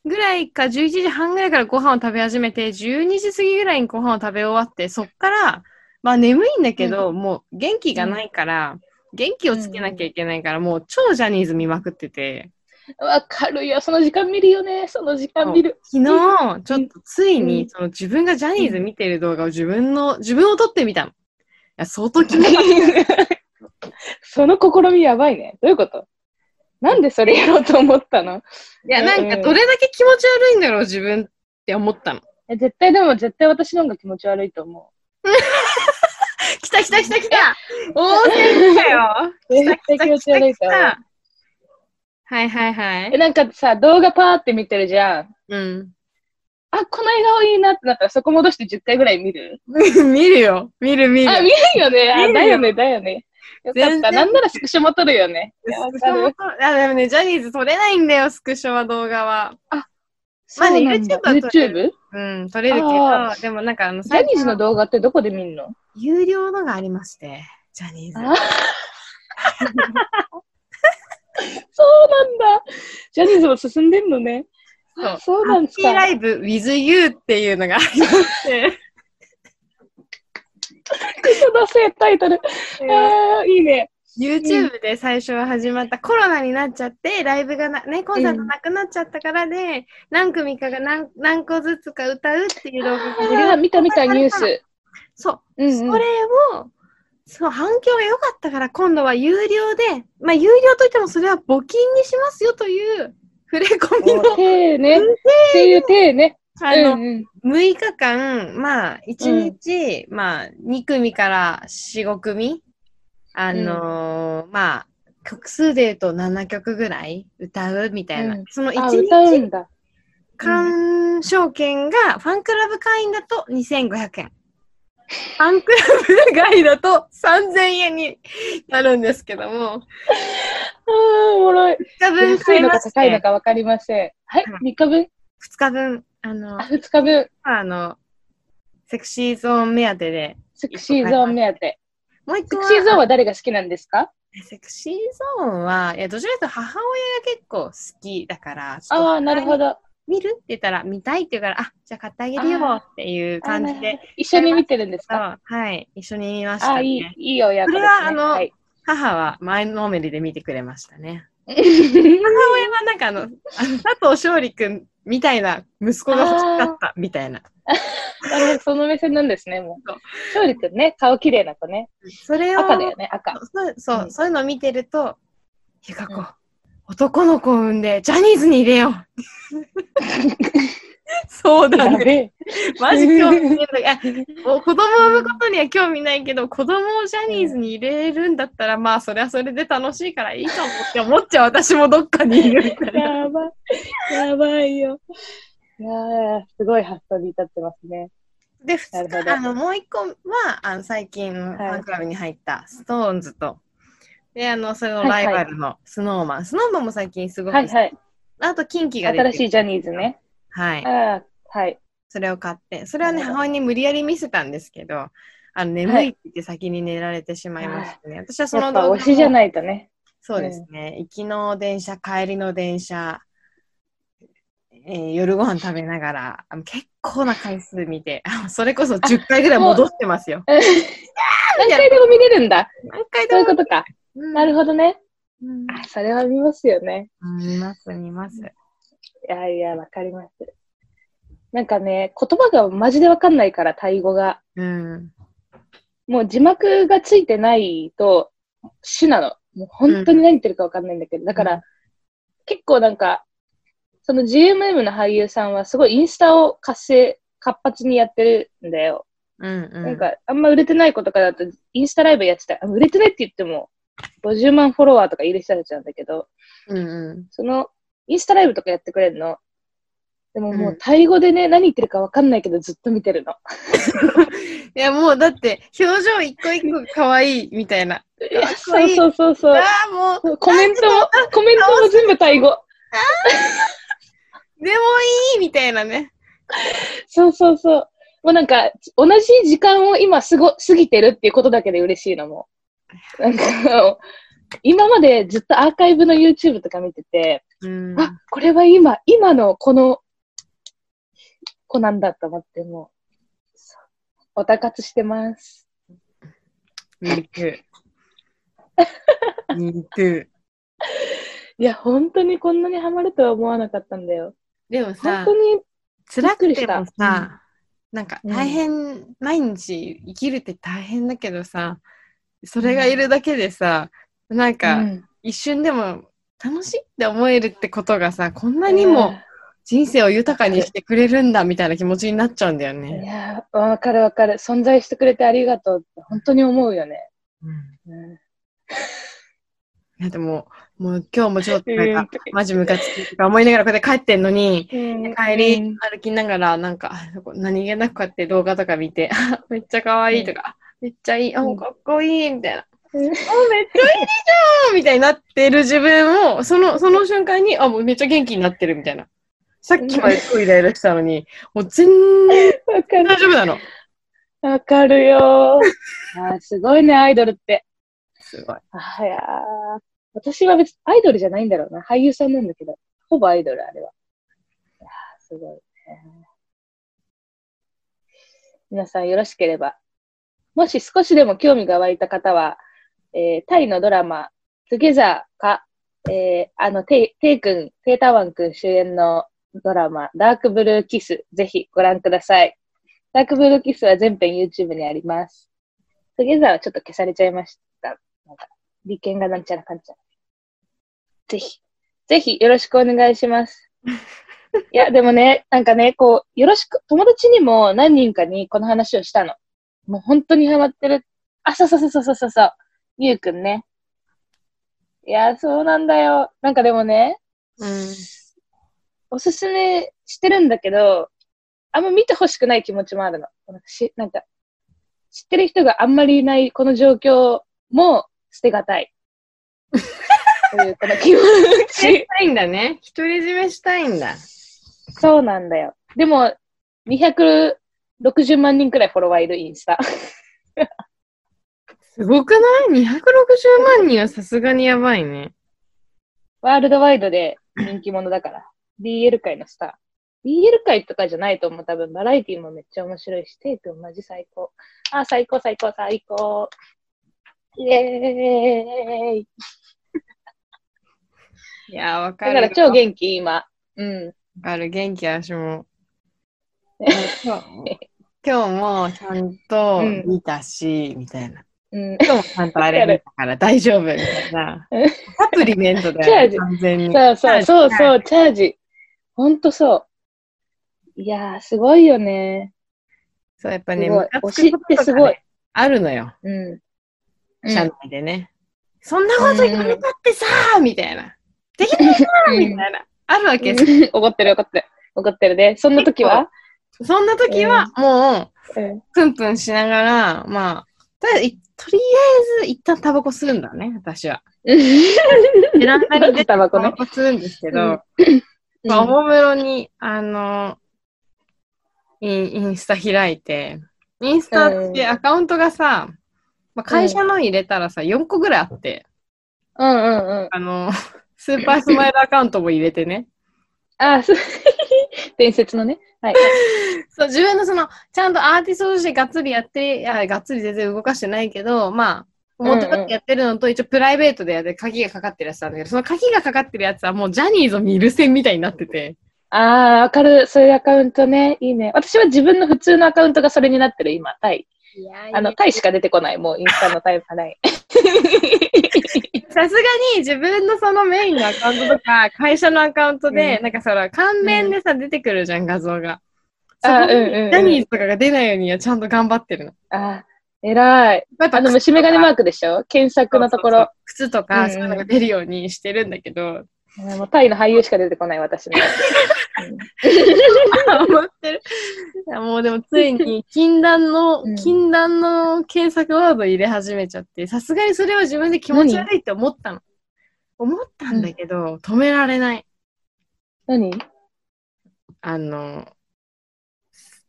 S1: ぐらいか、11時半ぐらいからご飯を食べ始めて、12時過ぎぐらいにご飯を食べ終わって、そっから、まあ眠いんだけど、もう元気がないから、元気をつけなきゃいけないから、もう超ジャニーズ見まくってて、
S2: わかるよ。その時間見るよね。その時間見る。
S1: 昨日、ちょっとついうに、
S2: ん
S1: その自分がジャニーズ見てる動画を自分の、自分を撮ってみたの。いや、相当気に
S2: その試みやばいね。どういうことなんでそれやろうと思ったの
S1: いや、なんか
S2: うん
S1: どれだけ気持ち悪いんだろう、自分って思ったの。
S2: え絶対でも絶対私の方が気持ち悪いと思
S1: 来た来た来た来た大勢来たよ
S2: う。絶対気持ち悪いと思う。
S1: はいはいは
S2: え、
S1: い。
S2: なんかさ、動画パーって見てるじゃん。
S1: うん。
S2: あ、この笑顔いいなってなったらそこ戻して10回ぐらい見る。
S1: 見るよ。見る見る。
S2: あ、見るよね。
S1: 見る
S2: あ、
S1: よ
S2: だよね、だよね。よかっ
S1: 全
S2: た。
S1: 然
S2: なんならスクショも撮るよね。いやわ
S1: スクシ
S2: か
S1: ョも
S2: る。
S1: 撮るあ、でもね、ジャニーズ撮れないんだよ、スクショは動画は。まあね
S2: そうなんだ
S1: YouTube は撮れ
S2: YouTube?
S1: うん、撮れるけ
S2: あ
S1: ど、でもなんかあの、
S2: ジャニーズの動画ってどこで見るの
S1: 有料のがありまして、ジャニーズ。
S2: あそうなんだ。ジャニーズも進んでんのね。
S1: そう
S2: そうなんです
S1: ハッピーラ
S2: か。
S1: イブ with you っていうのがありまして。
S2: クソだせえタイトル。あーいいね。
S1: YouTube で最初は始まった、コロナになっちゃってライブがな、ね、コンサートなくなっちゃったからで、何組かが何何個ずつか歌うっていう動画が無
S2: あ
S1: 料
S2: ー見た見たニュース。
S1: そう、
S2: うんうん
S1: それをその反響が良かったから今度は有料でまあ有料といってもそれは募金にしますよという触れ込みの
S2: 手ね。っていう手ね。
S1: あの、
S2: うんうん
S1: 6日間まあ1日、まあ2組から45組あのーまあ曲数で言うと7曲ぐらい歌うみたいな、
S2: うん
S1: その
S2: あ、歌う
S1: 1日
S2: んだ。
S1: 鑑賞券がファンクラブ会員だと2500円ファンクラブ外だと3000円になるんですけども
S2: あーおもろい。
S1: 2日分
S2: 安
S1: 買い
S2: いの
S1: ま
S2: か
S1: し
S2: 高いの
S1: て
S2: かわかりません。はい、3日分
S1: 2日分あの
S2: あ、2日分。
S1: あのセクシーゾーン目当てで
S2: セクシーゾーン目当て。
S1: もう一
S2: セ
S1: 個
S2: ク
S1: は
S2: シーゾーンは誰が好きなんですか
S1: セクシーゾーンは、いや、どちらかというと母親が結構好きだから、ちょっと
S2: ああ、なるほど。
S1: 見るって言ったら、見たいって言うから、あ、じゃあ買ってあげるよ
S2: あー
S1: っていう感じで、
S2: 一緒に見てるんですか
S1: そうはい、一緒に見ましたね。
S2: あーいい、いい親子です、
S1: こ
S2: ね。
S1: れはあの
S2: はい、
S1: 母は前のめりで見てくれました ね。母親はなんかあの、あの佐藤勝利くんみたいな息子が欲しかったみたいな。
S2: なるほどその目線なんですね、もう
S1: そう。
S2: 勝利くんね、顔綺麗な子ね。
S1: それを、
S2: 赤だよね、 赤。
S1: そうそう、
S2: うん
S1: そういうのを見てると、ゆか
S2: うん
S1: こ、男の子を産んで、ジャニーズに入れよ うそうだ
S2: や
S1: ね
S2: べえ。
S1: マジ興味ないあお子供を産むことには興味ないけど、子供をジャニーズに入れるんだったら、まあ、それはそれで楽しいからいいかもって思っちゃう、私もどっかにいるみたいな。
S2: やばい。やばいよ。いやーすごい発想に至ってますね。
S1: で、二
S2: なるほ
S1: 日、
S2: ど
S1: あの、もう一個は、あの、最近、ファンクラブに入った、ストーンズと、で、あの、それのライバルのスノーマン。スノーマンも最近すごく、
S2: はいはい。
S1: あと、キンキが出てる
S2: 新しいジャニーズね。
S1: はい。
S2: ああ、はい。
S1: それを買って、それはね、
S2: なるほど
S1: 母親に無理やり見せたんですけど、あの、眠いって言って先に寝られてしまいましたね。私はそ
S2: や
S1: の
S2: っぱ推しじゃないと ね。
S1: そうですね。行きの電車、帰りの電車、えー夜ご飯食べながら、あの結構な回数見て、あそれこそ10回ぐらい戻ってますよ。
S2: 何回でも見れるんだ。
S1: 何回
S2: そ
S1: で
S2: ういうこ
S1: も。
S2: とか。
S1: うん
S2: なるほどね。
S1: うん
S2: あ、それは見ますよね。
S1: 見ます、見ます。
S2: いやいや、わかります。なんかね、言葉がマジでわかんないから、タイ語が。
S1: うん。
S2: もう字幕がついてないと、死なの。もう本当に何言ってるかわかんないんだけど、だから、
S1: うん
S2: 結構なんか、その GMM の俳優さんはすごいインスタを活性、活発にやってるんだよ。
S1: うん、うん。
S2: なんか、あんま売れてない子とかだと、インスタライブやってたら、あ売れてないって言っても、50万フォロワーとかいる人たちなんだけど、
S1: うん、う
S2: その、インスタライブとかやってくれるの。でもも
S1: う、
S2: うんタイ語でね、何言ってるかわかんないけど、ずっと見てるの。
S1: ん。いいや、もうだって、表情一個一個可愛いみたいな。かっこ
S2: そう
S1: いい
S2: そうそう
S1: あ
S2: そう。
S1: あ、もう、
S2: コメントも、コメントも全部タイ語。
S1: でもいいみたいなね。
S2: そうそうそう。もうなんか、同じ時間を今すご、過ぎてるっていうことだけで嬉しいのも。なんか、今までずっとアーカイブの YouTube とか見てて、
S1: うん
S2: あ、これは今、今のこの子なんだと思って、もう、そうおたかつしてます。
S1: Me too. Me too.
S2: いや、本当にこんなにハマるとは思わなかったんだよ。
S1: でもさ
S2: 本、当に、
S1: 辛くて
S2: びっ
S1: も
S2: くりしたう
S1: さ、なんか大変、毎日生きるって大変だけどさ、それがいるだけでさ、なんか、
S2: うん
S1: 一瞬でも楽しいって思えるってことがさこんなにも人生を豊かにしてくれるんだみたいな気持ちになっちゃうんだよ
S2: い
S1: ね。
S2: や、わかるわかる。存在してくれてありがとうって本当に思うよね。
S1: うん
S2: うん
S1: いやでももう今日もちょっとなんかマジムカつくとか思いながらこうやって帰ってんのに帰
S2: う
S1: り
S2: ん
S1: 歩きながらなんか何気なくこうやって動画とか見て めっちゃ可愛いとかめっちゃいいあ
S2: うん
S1: かっこいいみたいな。 お
S2: うん
S1: めっちゃいいじゃんみたいになってる自分をそのその瞬間にあもうめっちゃ元気になってるみたいなさっきまですごいイライラしたのにもう全然
S2: わか
S1: 大
S2: る
S1: 丈夫なの。
S2: わかる よーあーすごいね、アイドルって。
S1: すごい。
S2: あいやー私は別にアイドルじゃないんだろうな。俳優さんなんだけど。ほぼアイドル、あれは。いやーすごいね。皆さんよろしければ。もし少しでも興味が湧いた方は、えータイのドラマ、トゥゲザーか、えーあの、テイ、テイ君、テイタワン君主演のドラマ、ダークブルーキス、ぜひご覧ください。ダークブルーキスは全編 YouTube にあります。トゥゲザーはちょっと消されちゃいました。なんか、利権がなんちゃらかんちゃら。ぜひ、ぜひよろしくお願いします。いや、でもね、なんかね、こう、よろしく、友達にも何人かにこの話をしたの。もう本当にハマってる。あ、そうそうそうそうそうそうそう。ゆうくんね。いや、そうなんだよ。なんかでもね、
S1: うん。
S2: おすすめしてるんだけど、あんま見てほしくない気持ちもあるの。なんかしなんか、知ってる人があんまりいないこの状況も捨てがたい。というこの気持
S1: し
S2: ち。
S1: たいんだね。独り占めしたいんだ。
S2: そうなんだよ。でも、260万人くらいフォロワーいるインスタ。
S1: すごくない ?260 万人はさすがにやばいね。
S2: ワールドワイドで人気者だから。BL 界のスター。BL 界とかじゃないと思う。多分、バラエティもめっちゃ面白いし、テイ君マジ最高。あ、最高、最高、最高。イエーイ。
S1: いやー、わかる。
S2: だから超元気、今。うん。
S1: わかる。元気、私も。今日もちゃんと
S2: うん
S1: 見たし、みたいな。
S2: うん。
S1: 今日もちゃんとあれ見た から大丈夫、みたいな
S2: うん。
S1: サプリメントだよ
S2: 違う違
S1: ね、
S2: う
S1: 完全に。
S2: そうそう、そうそう、チャージ。ほんとそう。いやー、すごいよね。
S1: そう、やっぱ
S2: す
S1: ね、
S2: ごい。
S1: ムカ
S2: 推
S1: つ
S2: し
S1: く
S2: っ
S1: こ
S2: て
S1: と
S2: す
S1: が
S2: ごい
S1: ね。あるのよ、
S2: うん。うん
S1: 社内でね。そんなこと言われたってさー、みたいな。できないさー、みたいな。あるわけさ。
S2: うん 怒ってる怒ってる。怒ってるで。そんな時は
S1: そんな時は、もう、
S2: うん。
S1: プンプンしながら、まあ、とりあえずとりあえず一旦タバコ吸うんだね、私は。ベランダに出て
S2: タバコ
S1: タ
S2: ね
S1: バ。コ吸うんですけど、
S2: うん
S1: まあ、おもむろに、あの、インインスタ開いて、インスタってアカウントがさ、まあ、会社の入れたらさ、4個ぐらいあって、
S2: うんうんうん。
S1: あの、 スーパースマイルアカウントも入れてね。
S2: あ、そう。 伝説のね。 はい。
S1: そう、自分のその、ちゃんとアーティストとしてがっつりやって、いや、がっつり全然動かしてないけど、まあ、
S2: うんうん
S1: 元々やってるのと、一応プライベートでやって、鍵がかかってるやつなんだけど、その鍵がかかってるやつはもうジャニーズを見る線みたいになってて、
S2: あー、わかる。そういうアカウントね。いいね。私は自分の普通のアカウントがそれになってる、今、タイ。あの、タイしか出てこない。もう、インスタのタイが ない。
S1: さすがに自分のそのメインのアカウントとか、会社のアカウントで、
S2: うん
S1: なんかその、関連でさ、出てくるじゃん、画像が。そ
S2: あ
S1: こ
S2: ー、うん
S1: に
S2: うんうん。
S1: ジャニーズとかが出ないようにはちゃんと頑張ってるの。
S2: あー、偉い。
S1: やっぱ
S2: あの、虫眼鏡マークでしょ検索のところ。
S1: 靴とか、
S2: う ん
S1: そういうのが出るようにしてるんだけど、
S2: もうタイの俳優しか出てこない私の。うん
S1: 思ってる。いやもうでもついに禁断の、
S2: うん
S1: 禁断の検索ワード入れ始めちゃって、さすがにそれは自分で気持ち悪いって思ったの。思ったんだけど、止められない。
S2: 何
S1: あの、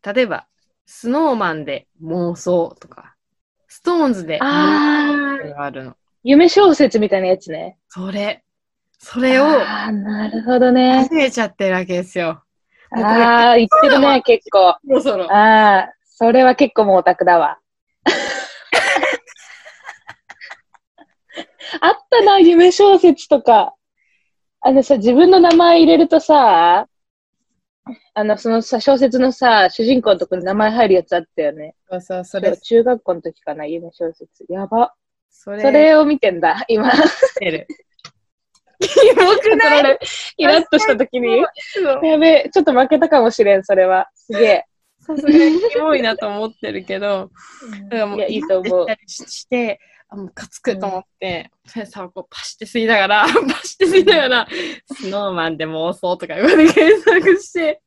S1: 例えば、スノーマンで妄想とか、ストーンズで妄
S2: あ
S1: 想
S2: あ、
S1: があるの。
S2: 夢小説みたいなやつね。
S1: それ、それを
S2: ああ、なるほどね。
S1: 集めちゃってるわけですよ。もうこれ
S2: ああ、言ってるね、結構。あ
S1: そろそろ。
S2: あ、それは結構もうオタクだわ。 あったな、夢小説とか。あのさ、自分の名前入れるとさ、あの、そのさ、小説のさ、主人公のとこに名前入るやつあったよね。
S1: そうそう、そ
S2: それ
S1: れ、
S2: 中学校の時かな、夢小説。やば。
S1: それ、
S2: それを見てんだ、
S1: 見
S2: 今。
S1: てる。 キモくない
S2: イラッとした時に。やべえ、ちょっと負けたかもしれん、それは。すげえ。
S1: さすがにキモいなと思ってるけど、
S2: い
S1: だからもう
S2: や、いいと思う
S1: イラッ。てしたりしして、あもうカつくと思って、それさ、こうパシって吸いなが ら、パシって吸いながら、スノーマンで妄想とか言われて検索して、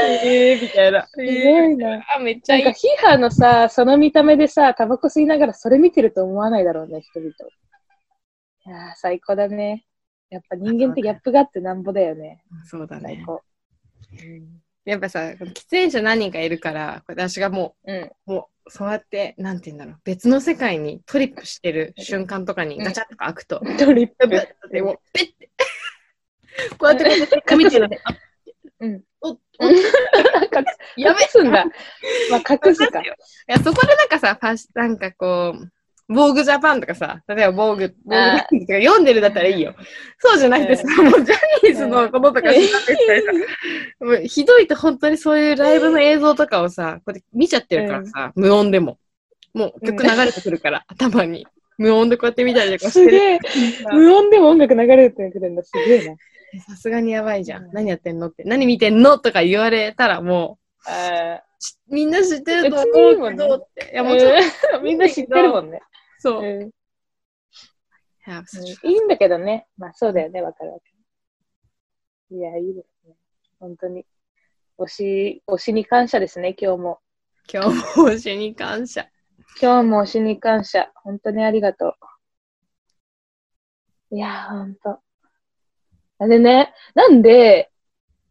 S1: えーみたいな。え
S2: すご
S1: ー
S2: いな。
S1: あ、めっちゃ
S2: ないん
S1: い
S2: か、。ヒーハーのさ、その見た目でさ、タバコ吸いながらそれ見てると思わないだろうね、人々。いやー、最高だね。やっぱ人間ってギャップがあってなんぼだよね。
S1: そうだ
S2: 最
S1: ね。
S2: 高。
S1: やっぱさ、この喫煙者何人かいるから、これ私がも
S2: うん。
S1: う、もう、そうやって、なんて言うんだろう、別の世界にトリップしてる瞬間とかに
S2: うん
S1: ガチャッとか開くと、
S2: トリップ。
S1: でもう、ペッて、こうやって こうやって、紙ってので、あ
S2: うん。
S1: おお
S2: や
S1: や
S2: め
S1: べ
S2: すんだ。まあ、隠すか
S1: い。や、そこでなんかさ、ファッシなんかこう、防具ジャパンとかさ、例えば防具、防具
S2: あ
S1: とか読んでるだったらいいよ。そうじゃなくてさ、もうジャニーズのこととか調べたりさ、もうひどいと本当にそういうライブの映像とかをさ、こうやって見ちゃってるからさ、無音でも。もう曲流れてくるから、 頭に。無音でこうやって見たりとかし
S2: す
S1: てる。
S2: げえ。無音でも音楽流れてくれるんだ。すげえな。
S1: さすがにやばいじゃ
S2: うん
S1: ん。何やってんのって。何見てんのとか言われたらも
S2: あ
S1: うち、みんな知ってると思うけどって。い
S2: あ。
S1: や、もうちょっと、
S2: みん な知ってるもんね。
S1: そうう。
S2: ん
S1: いやそう
S2: いいんだけどね。まあそうだよね、わかるわかる。いや、いいですね。本当に。推し、推しに感謝ですね、今日も。
S1: 今日も推しに感謝。
S2: 今日も推しに感謝。本当にありがとう。いやー、ほんと。あれね、なんで、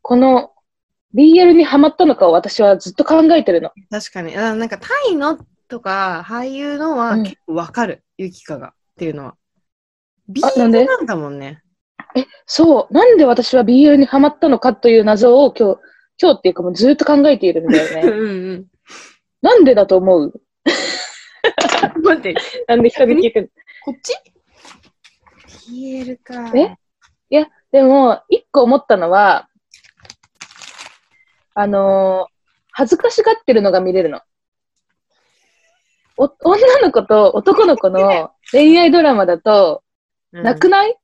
S2: この BL にハマったのかを私はずっと考えてるの。
S1: 確かに。あなんかタイのとか俳優のは
S2: うん
S1: 結構わかる、ユキカがっていうのは。ビ
S2: あ
S1: ー
S2: な
S1: ル
S2: んで
S1: なんだもんね。
S2: そう、なんで私は BL にハマったのかという謎を今日、今日っていうかもうずっと考えているんだよ
S1: うん
S2: ね。
S1: う ん
S2: なんでだと思う
S1: うん。待って、
S2: なんで人に聞くの
S1: こっち ?BL か。
S2: えでも、一個思ったのは、あのー恥ずかしがってるのが見れるの。お女の子と男の子の恋愛ドラマだと、
S1: うん
S2: なくない、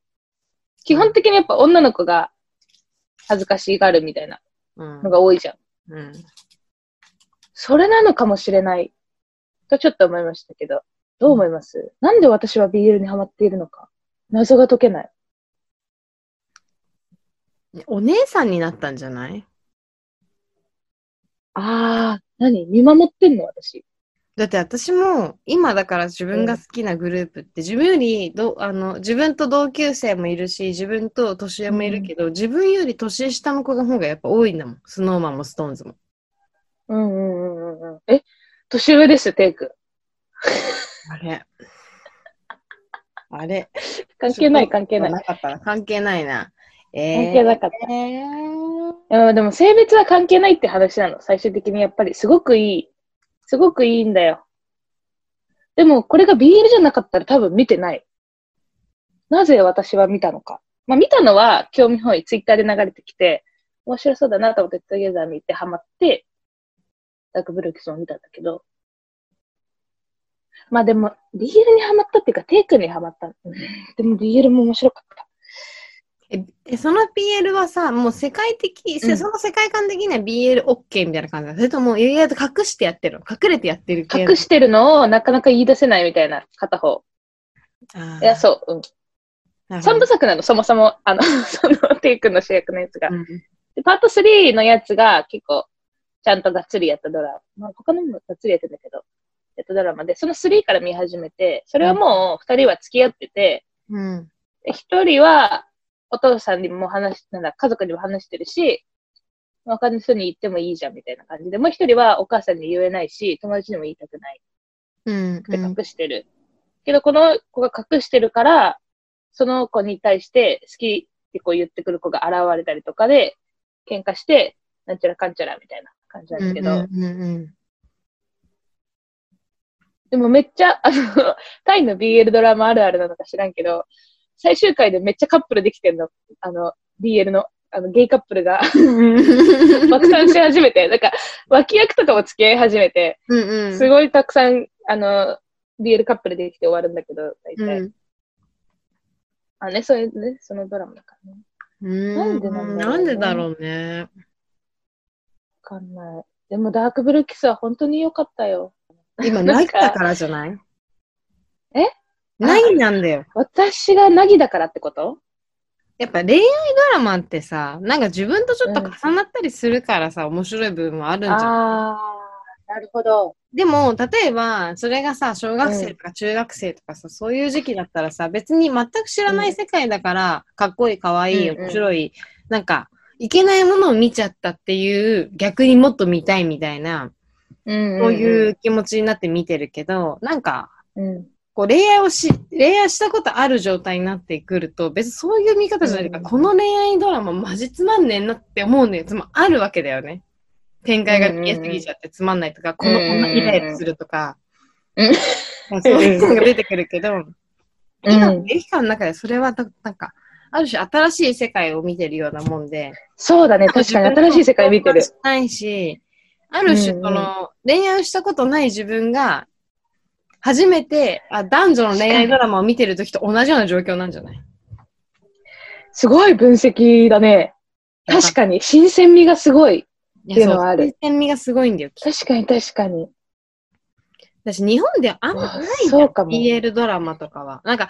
S2: 基本的にやっぱ女の子が恥ずかしがるみたいな
S1: うん
S2: のが多いじゃん。
S1: うん。
S2: それなのかもしれない。とちょっと思いましたけど、どう思いますなんで私は BL にハマっているのか。謎が解けない。
S1: お姉さんになったんじゃない
S2: あー、何見守ってんの私。
S1: だって私も今だから自分が好きなグループって自分よりどあの自分と同級生もいるし自分と年上もいるけど、自分より年下の子の方がやっぱ多いんだもんスノーマンもストーンズも
S2: うんうんうんうんうん。え、年上です、テイク。
S1: あれ。あれ。
S2: 関係ない、関係ない。
S1: なかったら関係ないな。えー、
S2: 関係なかった。
S1: えー
S2: いやでも性別は関係ないって話なの。最終的にやっぱり、すごくいい。すごくいいんだよ。でも、これが BL じゃなかったら多分見てない。なぜ私は見たのか。まあ、見たのは、興味本位、ツイッターで流れてきて、面白そうだなと思って、トゥゲザー見てハマって、ダークブルーキスも見たんだけど。まあでも、BL にハマったっていうか、テイクにハマったの。うんでも BL も面白かった。
S1: ええその PL はさ、もう世界的、せ
S2: うん
S1: その世界観的には BLOK みたいな感じなのそれとも、意外と隠してやってるの隠れてやってる系なの
S2: 隠してるのをなかなか言い出せないみたいな、片方。
S1: あー
S2: いや、そう、うん。三部作なの、そもそも、あの、 その、テイ君の主役のやつが。で、パート3のやつが結構、ちゃんとがっつりやったドラマ。まあ、他のもがっつりやってんだけど、やったドラマで、その3から見始めて、それはもう二人は付き合ってて、
S1: うん。
S2: で一人はお父さんにも話し、なんだ、家族にも話してるし、他の人に言ってもいいじゃんみたいな感じで、もう一人はお母さんに言えないし、友達にも言いたくない。
S1: うん。
S2: で隠してる。けど、この子が隠してるから、その子に対して好きってこう言ってくる子が現れたりとかで、喧嘩して、なんちゃらかんちゃらみたいな感じなんですけど、
S1: うんうんうん
S2: でもめっちゃ、あの、タイの BL ドラマあるあるなのか知らんけど、最終回でめっちゃカップルできてんの、あの、BL の、あの、ゲイカッ プルが
S1: うん。
S2: 爆散し始めて、なんか、脇役とかも付き合い始めて、
S1: うんうん。
S2: すごいたくさん、あの、BL カップルできて終わるんだけど、大体。
S1: うん
S2: あ、ね、そういうね、そのドラマだからね。
S1: うん
S2: んでなんだろうね
S1: なんでだろうね。
S2: わかんない。でも、ダークブルーキスは本当に良かったよ。
S1: 今、
S2: な
S1: ない
S2: んか
S1: だからじゃない
S2: え
S1: ないなんだよ。
S2: 私がナギだからってこと
S1: やっぱ恋愛ドラマってさ、なんか自分とちょっと重なったりするからさ、面白い部分もあるんじゃん。
S2: あー、なるほど。
S1: でも、例えば、それがさ、小学生とか中学生とかさ、そういう時期だったらさ、別に全く知らない世界だから、かっこいい、かわいい、
S2: うんうん
S1: 面白い、なんか、いけないものを見ちゃったっていう、逆にもっと見たいみたいな、
S2: うん。
S1: そういうう気持ちになって見てるけど、なんか、
S2: うん。
S1: こう恋愛をし、恋愛したことある状態になってくると、別にそういう見方じゃないから、
S2: うん
S1: この恋愛ドラママジつまんねえなって思うのやつもあるわけだよね。展開が見えすぎちゃってつまんないとか、この女イライラするとか、
S2: うんうん
S1: そういうのが出てくるけど、今の
S2: うん
S1: 劇館の中でそれはたなんか、ある種新しい世界を見てるようなもんで、
S2: そうだね、確かに新しい世界見てる。
S1: ないし、ある種、そ
S2: うんうん
S1: の、恋愛をしたことない自分が、初めてあ、男女の恋愛ドラマを見てるときと同じような状況なんじゃない
S2: すごい分析だね。確かに、新鮮味がすごい。
S1: に
S2: っていうのはある。
S1: そう新鮮味がすごいんだよ。
S2: 確かに、確かに。
S1: だし、日本ではあんま
S2: あ
S1: ないじゃん
S2: そうかも。
S1: BL ドラマとかは。なんか、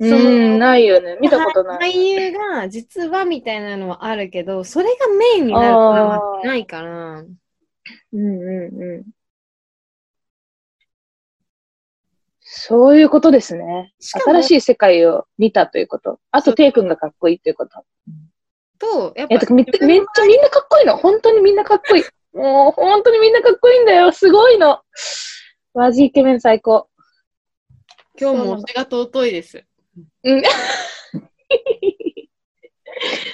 S2: う
S1: その
S2: ん、ないよね。見たことない。
S1: 俳優が実はみたいなのはあるけど、それがメインになるドラマってないから、
S2: うんうんうん。そういうことですね。
S1: しかも
S2: 新しい世界を見たということ。あ
S1: そ
S2: と、
S1: う
S2: テイ君がかっこいいということ。
S1: と、 やっ
S2: いや、
S1: ぱ
S2: てかめっちゃめっちゃみんなかっこいいの。本当にみんなかっこいい。もう、本当にみんなかっこいいんだよ。すごいの。マジイケメン最高。
S1: 今日も推しが尊いです。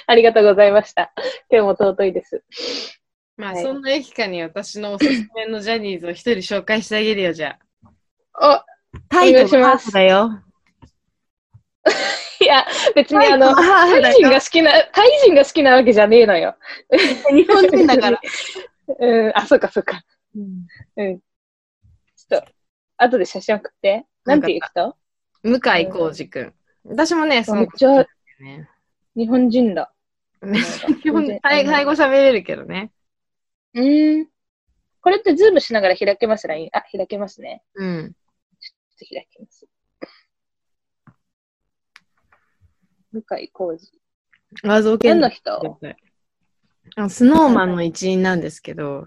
S2: ありがとうございました。今日も尊いです。
S1: まあ、
S2: はい
S1: そんな駅かに私のおすすめのジャニーズを一人紹介してあげるよ、じゃ
S2: あ、
S1: あ。タイトルハーフだよ。
S2: いや、別 にあの、
S1: ハ
S2: タイ人が好きな、タイ人が好きなわけじゃねえのよ。
S1: 日本人だから。
S2: うん、あ、そうかそうか。うん。ちょっと、後で写真送って。なんていう人
S1: 向井浩二くん。私もね、そ
S2: めっ
S1: の、
S2: ちゃ
S1: ね、
S2: 日本 人だ。
S1: 基本
S2: 全然
S1: タイタイ語喋れるけどね。
S2: うん。これってズームしながら開けますラインあ、開けますね。
S1: うん。
S2: ちょっと開きます。向井浩二。
S1: 画像
S2: 何
S1: 検
S2: の
S1: 索
S2: 人
S1: してくださいあスノーマンの一員なんですけど、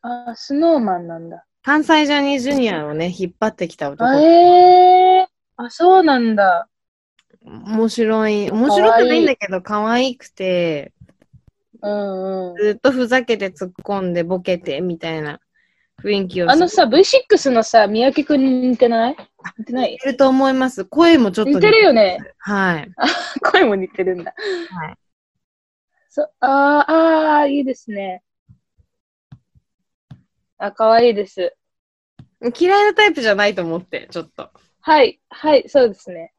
S2: あー、スノーマンなんだ。
S1: 関西ジャニーズジュニアをね、引っ張ってきた男。
S2: あえー、あ、そうなんだ。
S1: 面白い。面白くないんだけど、可愛くて、
S2: うんうん。
S1: ずっとふざけて突っ込んでボケてみたいな雰囲気を
S2: あのさ、V6 のさ、三宅くんに似てない似てない
S1: 似てると思います。声もちょっと
S2: 似てるよね。
S1: はい。
S2: 声も似てるんだ。
S1: はい
S2: そあーあー、いいですね。あ、可愛いです。
S1: 嫌いなタイプじゃないと思って、ちょっと。
S2: はい、はい、そうです ね。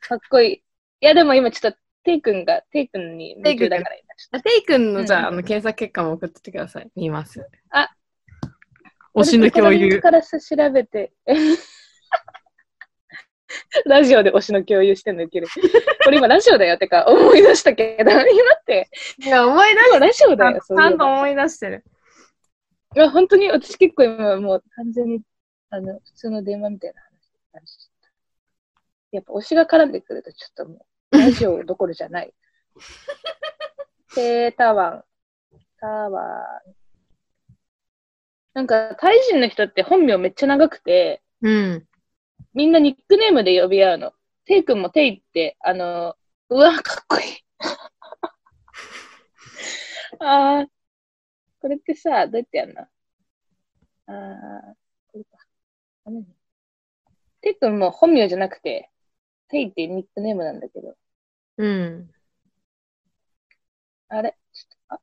S2: かっこいい。いや、でも今ちょっと、ていくんが、ていくんに夢中だから今ちょっ
S1: あテイ君
S2: う
S1: の、
S2: ん
S1: じゃあ、あの、検索結果も送っててください。見ます。
S2: あと
S1: 推しの共
S2: これ
S1: 有。
S2: からさ調べて。 ラジオで推しの共有してんの受ける。これ今ラジオだよってか思い出したけど、今って、
S1: いや、思い出
S2: 今ラジオ
S1: ちゃ
S2: だ
S1: ん
S2: よ
S1: と、
S2: そういえば
S1: 思い出してる。
S2: いや、本当に私結構今もう完全に、あの、普通の電話みたいな話。やっぱ推しが絡んでくるとちょっともう、ラジオどころじゃない。で、タワン。タワン。なんか、タイ人の人って本名めっちゃ長くて、
S1: うん。
S2: みんなニックネームで呼び合うの。テイ君もテイって、あの、うわ、かっこいい。 あー、これってさ、どうやってやんのあー、これか。あ何テイ君も本名じゃなくて、テイってニックネームなんだけど、
S1: うん。
S2: あれちょっと、あ、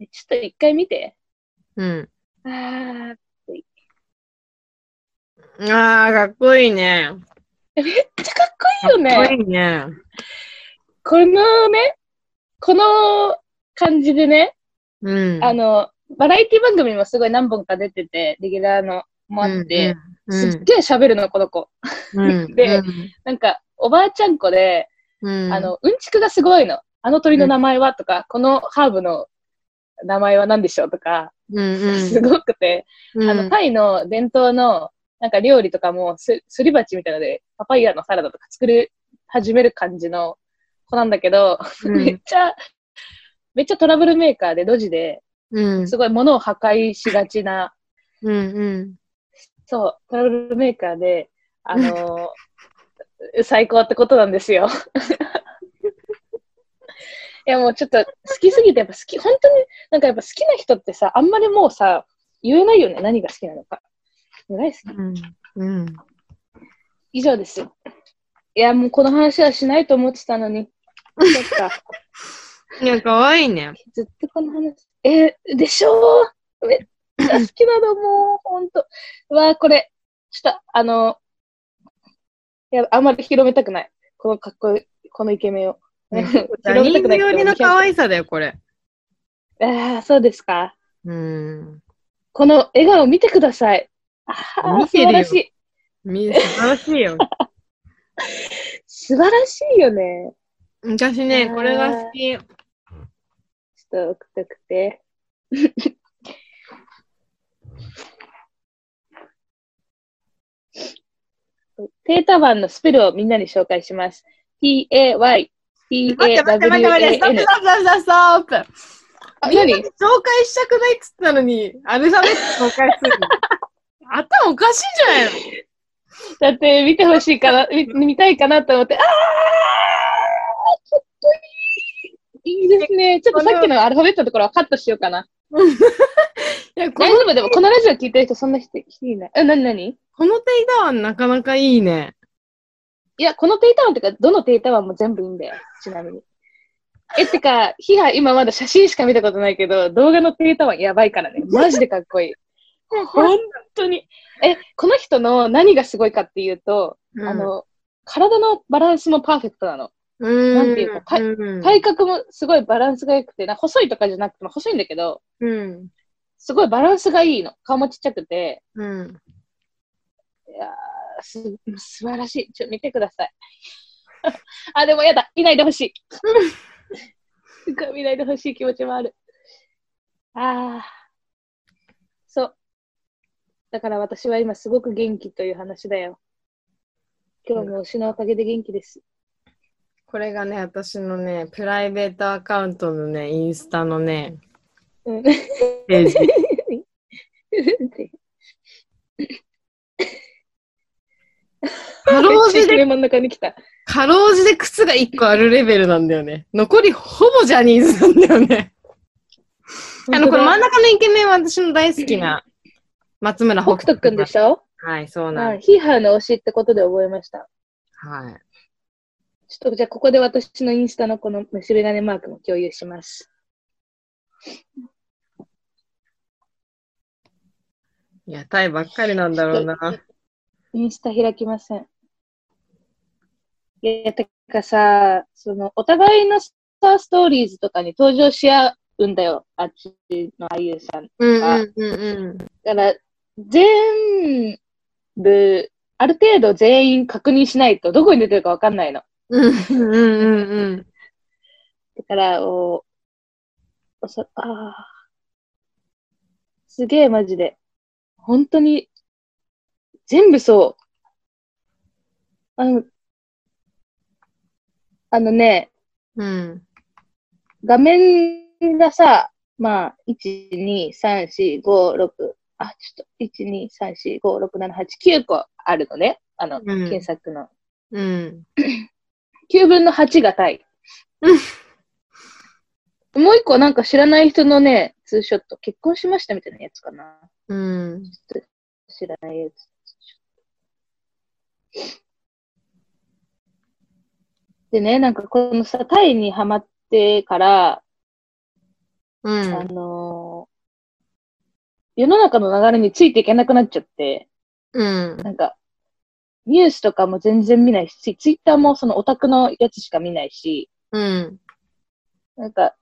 S2: えちょっと一回見て。
S1: うん。
S2: あー、
S1: ああ、かっこいいね。
S2: めっちゃかっこいいよね。
S1: かっこいいね。
S2: このね、この感じでね、
S1: うん。
S2: あの、バラエティ番組もすごい何本か出てて、レギュラーのもあって、
S1: うん、
S2: すっげえ喋るの、この子。
S1: うん、
S2: で
S1: うん
S2: なんか、おばあちゃん子で、
S1: うん、
S2: あの、うんちくがすごいの。あの鳥の名前はとか、このハーブの名前は何でしょうとか、
S1: うん、
S2: すごくて、
S1: うん、
S2: あの、タイの伝統の、なんか料理とかもす、すり鉢みたいので、パパイヤのサラダとか作る、始める感じの子なんだけど、
S1: うん
S2: めっちゃ、めっちゃトラブルメーカーでドジで、
S1: うん、
S2: すごい物を破壊しがちな、
S1: うん、うん。
S2: そう、トラブルメーカーで、あ のー最高ってことなんですよ。 いやもうちょっと好きすぎて、やっぱ好き、本当になんかやっぱ好きな人ってさ、あんまりもうさ、言えないよね、何が好きなのか。大好き。
S1: うん、
S2: 以上 です。いやもうこの話はしないと思ってたのに、そっか。
S1: いや、かわいいね。
S2: ずっとこの話。えーでしょうめっちゃ好きなの、もう、ほんと。うわーこれ、ちょっと、あの、いや、あんまり広めたくない。このかっこいい、このイケメンを。 広
S1: ジャニ
S2: め
S1: ー
S2: たくな
S1: ズ
S2: い
S1: 寄りの可愛さだよ、これ。
S2: ああ、そうですか。
S1: うん。
S2: この笑顔見てください。ああ、
S1: 見
S2: 素
S1: てる
S2: 晴
S1: よ
S2: らしい。
S1: み素晴らしいよ。
S2: 素晴らしいよね。
S1: 昔ね、これが好き。
S2: ちょっと送ってくて。 テータワンのスペルをみんなに紹介します。T-A-Y、
S1: 待って待って待って待って、ストップ
S2: T-A-W-A-N
S1: ス。トップストップストップ
S2: あ
S1: みんなに
S2: 何
S1: 紹介したくないっつったのに、アルファベット紹介するの。 頭おかしいんじゃないの
S2: だって見てほしいかな、み見たいかなと思って、あーちょっといい。いいですね。ちょっとさっきのアルファベットのところはカットしようかな。
S1: いや、こ
S2: 大
S1: の、
S2: 丈夫でも、このラジオ聞いてる人そんな人いない。え、なになに
S1: このテイダワンなかなかいいね。
S2: いや、このテイタワンってか、どのテイタワンも全部いいんだよ、ちなみに。え、ってか、ヒハ、今まだ写真しか見たことないけど、動画のテイタワンやばいからね。マジでかっ こいい。本当に。え、この人の何がすごいかっていうと、あの、体のバランスもパーフェクトなの。
S1: うん、
S2: なんていうか体
S1: うん
S2: 体格もすごいバランスが良くて、な細いとかじゃなくても細いんだけど、
S1: うん。
S2: すごいバランスがいいの。顔もちっちゃくて、
S1: うん。
S2: いやーす素晴らしい。ちょ、見てください。 あ、でもやだ。いないでほしい。 すごい見ないでほしい気持ちもある。ああ。そう。だから私は今すごく元気という話だよ。今日も推しのおかげで元気です。
S1: これがね、私のね、プライベートアカウントのね、インスタのね、
S2: うん。
S1: ページ。 かろうじ で、
S2: 真ん中に来た。
S1: かろうじで靴が1個あるレベルなんだよね。残りほぼジャニーズなんだよね。あの、この真ん中のイケメンは私の大好きな、松村
S2: 北
S1: 北
S2: 斗くんで
S1: ょ
S2: しょ
S1: はい、そうな
S2: は
S1: ん
S2: い。
S1: です。
S2: ヒーハーの推しってことで覚えました。
S1: はい。
S2: ちょっとじゃあ、ここで私のインスタのこの結び金マークも共有します。
S1: いや、タイばっかりなんだろうな。
S2: インスタ開きません。いや、てかさ、その、お互いのさ、ストーリーズとかに登場し合うんだよ。あっちのあゆうさん。
S1: うんうんうん
S2: だから、全部、ある程度全員確認しないと、どこに出てるかわかんないの。
S1: うん。うんうんうんうん。
S2: だから、お、おそ、ああ。すげえ、マジで。本当に、全部そう。あの、あのね、
S1: うん。
S2: 画面がさ、まあ、1、2、3、4、5、6、あ、ちょっと、1、2、3、4、5、6、7、8、9個あるのね。あの、
S1: うん
S2: 検索の。
S1: うん。
S2: 9分の8がタイ。もう一個なんか知らない人のね、ツーショット、結婚しましたみたいなやつかな。
S1: うん。
S2: 知らないやつ。でね、なんかこのさ、タイにハマってから、
S1: う
S2: あ
S1: ん。
S2: のー世の中の流れについていけなくなっちゃって、
S1: うん。
S2: なんか、ニュースとかも全然見ないし、ツイツイッターもそのオタクのやつしか見ないし、
S1: うん。
S2: なんか、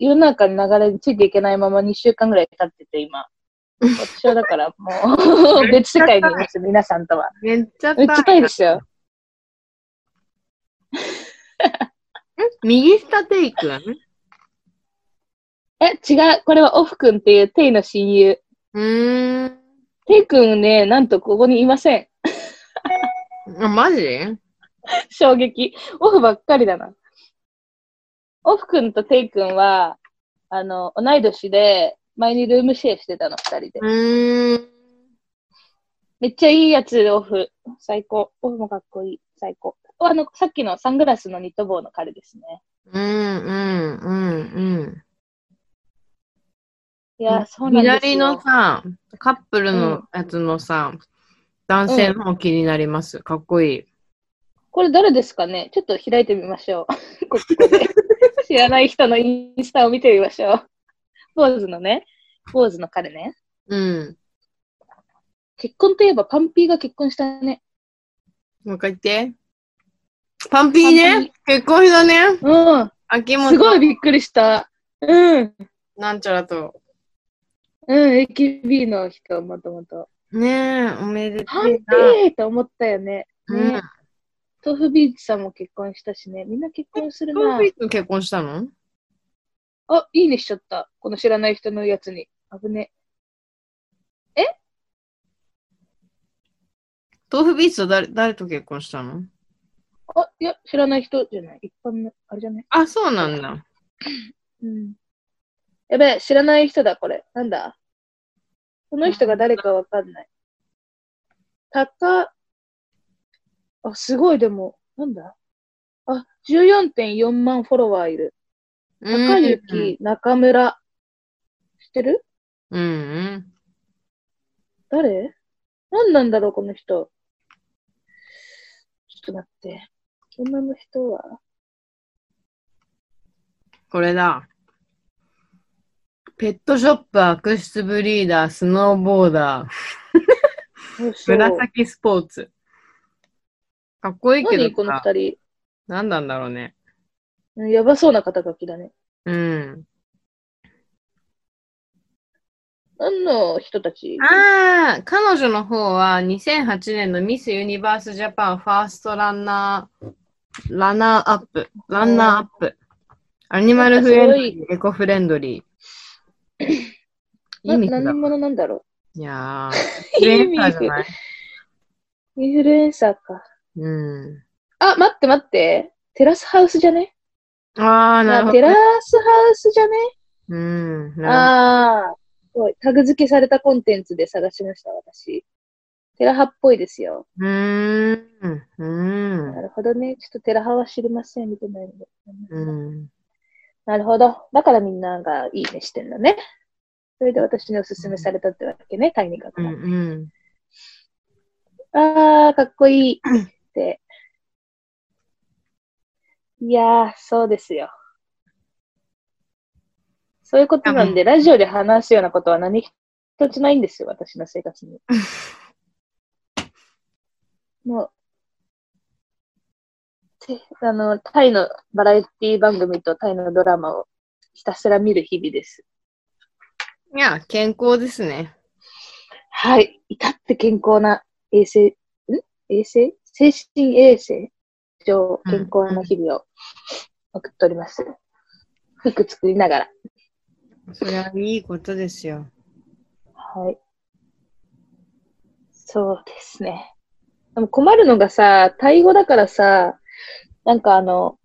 S2: 世の中の流れについていけないまま2週間ぐらい経ってて、 今。私はだからもう、 別世界にいます、皆さんとは。
S1: めっちゃ
S2: めっちゃ
S1: 高
S2: タ
S1: い
S2: イ
S1: な
S2: でしたよ。
S1: 右下テイクだね。
S2: え、違う。これはオフ君っていうテイの親友。
S1: うーん。
S2: テイ君ね、なんとここにいません。
S1: あ、マジ
S2: 衝撃。オフばっかりだな。オフ君とテイ君は、あの、同い年で、前にルームシェアしてたの、二人で
S1: う。ーん。
S2: めっちゃいいやつ、オフ。最高。オフもかっこいい。最高。あの、さっきのサングラスのニット帽の彼ですね。
S1: うんうんうん
S2: い
S1: うん
S2: や、そうなんですよ。
S1: 左のさ、カップルのやつのさ、男性の方気になります。かっこいい。
S2: これ誰ですかねちょっと開いてみましょ う。ここで。知らない人のインスタを見てみましょう。ポーズのね。ポーズの彼ね。
S1: うん。
S2: 結婚といえばパンピーが結婚したね。
S1: もう一回言って。パンピーね。結婚したね。
S2: うん。
S1: 秋元。
S2: すごいびっくりした。うん。
S1: なんちゃらと。
S2: うん。AKB の人、もともと。
S1: ねえ、おめでと
S2: パン
S1: う
S2: ピ
S1: な。
S2: ーと思ったよね。
S1: うん
S2: ね。豆腐ビーチさんも結婚したしね。みんな結婚する
S1: パ
S2: な
S1: ンピ。ーと結婚したの
S2: あ、いいねしちゃった。この知らない人のやつに。危ね。
S1: 豆腐ビーツと誰誰と結婚したの
S2: あ、いや、知らない人じゃない。一般の、あれじゃない
S1: あ、そうなんだ。
S2: うんやべえ、知らない人だ、これ。なんだこの人が誰かわかんない。たか、あ、すごい、でも、なんだあ、14.4万フォロワーいる。高雪、中村。知ってる
S1: うんうん。
S2: 誰何なんだろう、この人。ちょっと待って。女の人は
S1: これだ。ペットショップ、悪質ブリーダー、スノーボーダー、
S2: どうしよう
S1: 紫スポーツ。かっこいいけ
S2: 何
S1: ど
S2: この
S1: さ、
S2: 二人。
S1: 何なんだろうね。
S2: うんやばそうな肩書きだね。
S1: うん。
S2: 何の人たち
S1: ああ、彼女の方は2008年のミス・ユニバース・ジャパンファーストランナー、ランナーアップ、ランナーアップ。アニマルフレンドリー、エコフレンドリー。
S2: な
S1: 意味だ。
S2: 何者なんだろ
S1: い や
S2: う
S1: ー、レンターじゃない。
S2: うインフルエンサーか。
S1: うん。
S2: あ、待って待って。テラスハウスじゃね
S1: ああ、なる
S2: あ
S1: ほ
S2: テ
S1: ど
S2: ラ。スハウスじゃね
S1: うん。なる
S2: ああー、すごい。タグ付けされたコンテンツで探しました、私。テラハっぽいですよ。
S1: ほど。うーん。う
S2: なるほどね。ちょっとテラハは知りません、見てないので。
S1: ん。うん。
S2: なるほど。だからみんながいいねしてんだね。それで私におすすめされたってわけね、タイミング
S1: うん。うん。
S2: ああ、かっこいい って。いやー、そうですよ。そういうことなんで、ラジオで話すようなことは何一つないんですよ、私の生活に。 もう、てあの、タイのバラエティ番組とタイのドラマをひたすら見る日々です。
S1: いや、健康ですね。
S2: はい。至って健康な衛生、ん衛生精神衛生上
S1: うん
S2: 健康な日々を送っております。服作りながら。
S1: それはいいことですよ。
S2: はい。そうですね。でも困るのがさ、タイ語だからさ、なんかあの、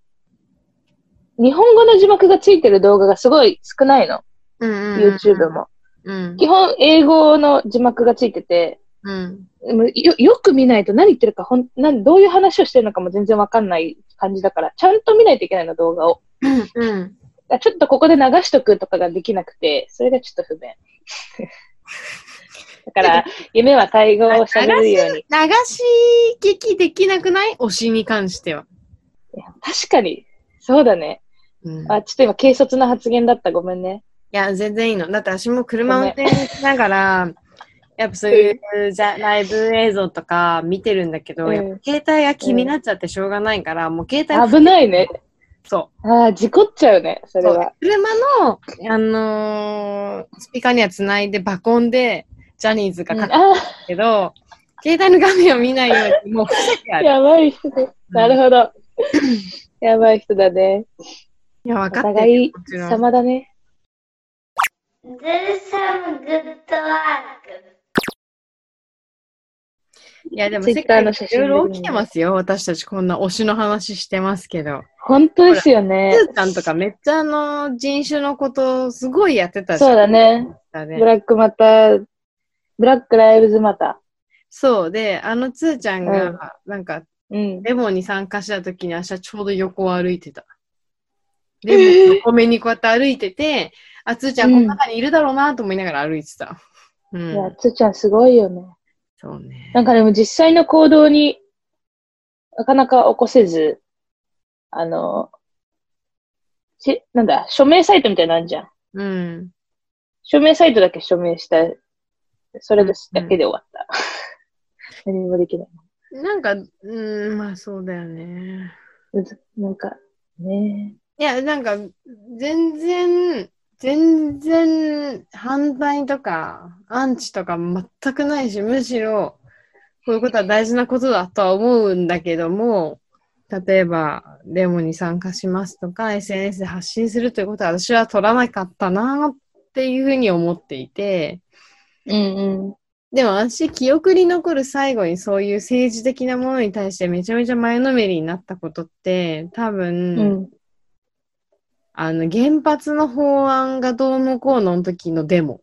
S2: 日本語の字幕がついてる動画がすごい少ないの。
S1: うんうんうん
S2: YouTube も。
S1: うん。
S2: 基本、英語の字幕がついてて、
S1: うん。
S2: でもよよく見ないと何言ってるかほんなん、どういう話をしてるのかも全然わかんない感じだから、ちゃんと見ないといけないの、動画を。
S1: うん。
S2: あちょっとここで流しとくとかができなくて、それがちょっと不便。 だから、夢は対応を探るように。
S1: 流し聞きできなくない推しに関しては。
S2: 確かに、そうだね。
S1: うん、い
S2: あ、ちょっと今、軽率な発言だった。ごめんね。
S1: や、全然いいの。だって私も車運転しなが ら、やっぱそういうじゃライブ映像とか見てるんだけど、
S2: うん
S1: やっぱ携帯が気になっちゃってしょうがないから、もう携帯
S2: 危ないね。
S1: そう。
S2: ああ、事故っちゃうね、それ
S1: そう
S2: は。
S1: 車の、あのースピーカーにはつないで爆音でジャニーズが
S2: うん
S1: かかる
S2: あ
S1: けど、携帯の画面を見ないようにもう伏せてあ
S2: あ、
S1: る。
S2: や ばい人だ。なるほど。やばい人だね。
S1: いや、
S2: お
S1: 分かってる
S2: 互
S1: よ
S2: い
S1: もちろん。
S2: 様だね。
S3: Do some good work.
S1: いや、でも世
S2: Twitter
S1: 界の
S2: の写
S1: い
S2: 真
S1: ろいろ起きてますよ。私たちこんな推しの話してますけど。
S2: 本当ですよね
S1: ス。ーちゃんとかめっちゃあの、人種のことすごいやってたじゃん。
S2: そうだね。
S1: だね
S2: ブラックまた、ブラックライブズまた。
S1: そうで、あのつーちゃん
S2: うん
S1: が、なんか、
S2: うん。
S1: デモに参加した時に、あしはちょうど横を歩いてた。デモの横目にこうやって歩いてて、あ、つーちゃんこの中にいるだろうなと思いながら歩いてた。う
S2: いや
S1: ん。、
S2: つーちゃんすごいよね。
S1: そうね。
S2: なんかでも実際の行動になかなか起こせず、あの、しなんだ、署名サイトみたいなのあんじゃん。
S1: うん。
S2: 署名サイトだけ署名した、それですだけで終わった。 何もできない。
S1: なんか、うん、まあそうだよね。
S2: むずなんか、ね
S1: いや、なんか、全然、全然、反対とか、アンチとか全くないし、むしろ、こういうことは大事なことだとは思うんだけども、例えば、デモに参加しますとか、SNS で発信するということは、私は取らなかったなっていうふうに思っていて、
S2: うん
S1: でも私、記憶に残る最後にそういう政治的なものに対してめちゃめちゃ前のめりになったことって、多分、
S2: うん。うん。
S1: あの、原発の法案がどうのこうのの時のデモ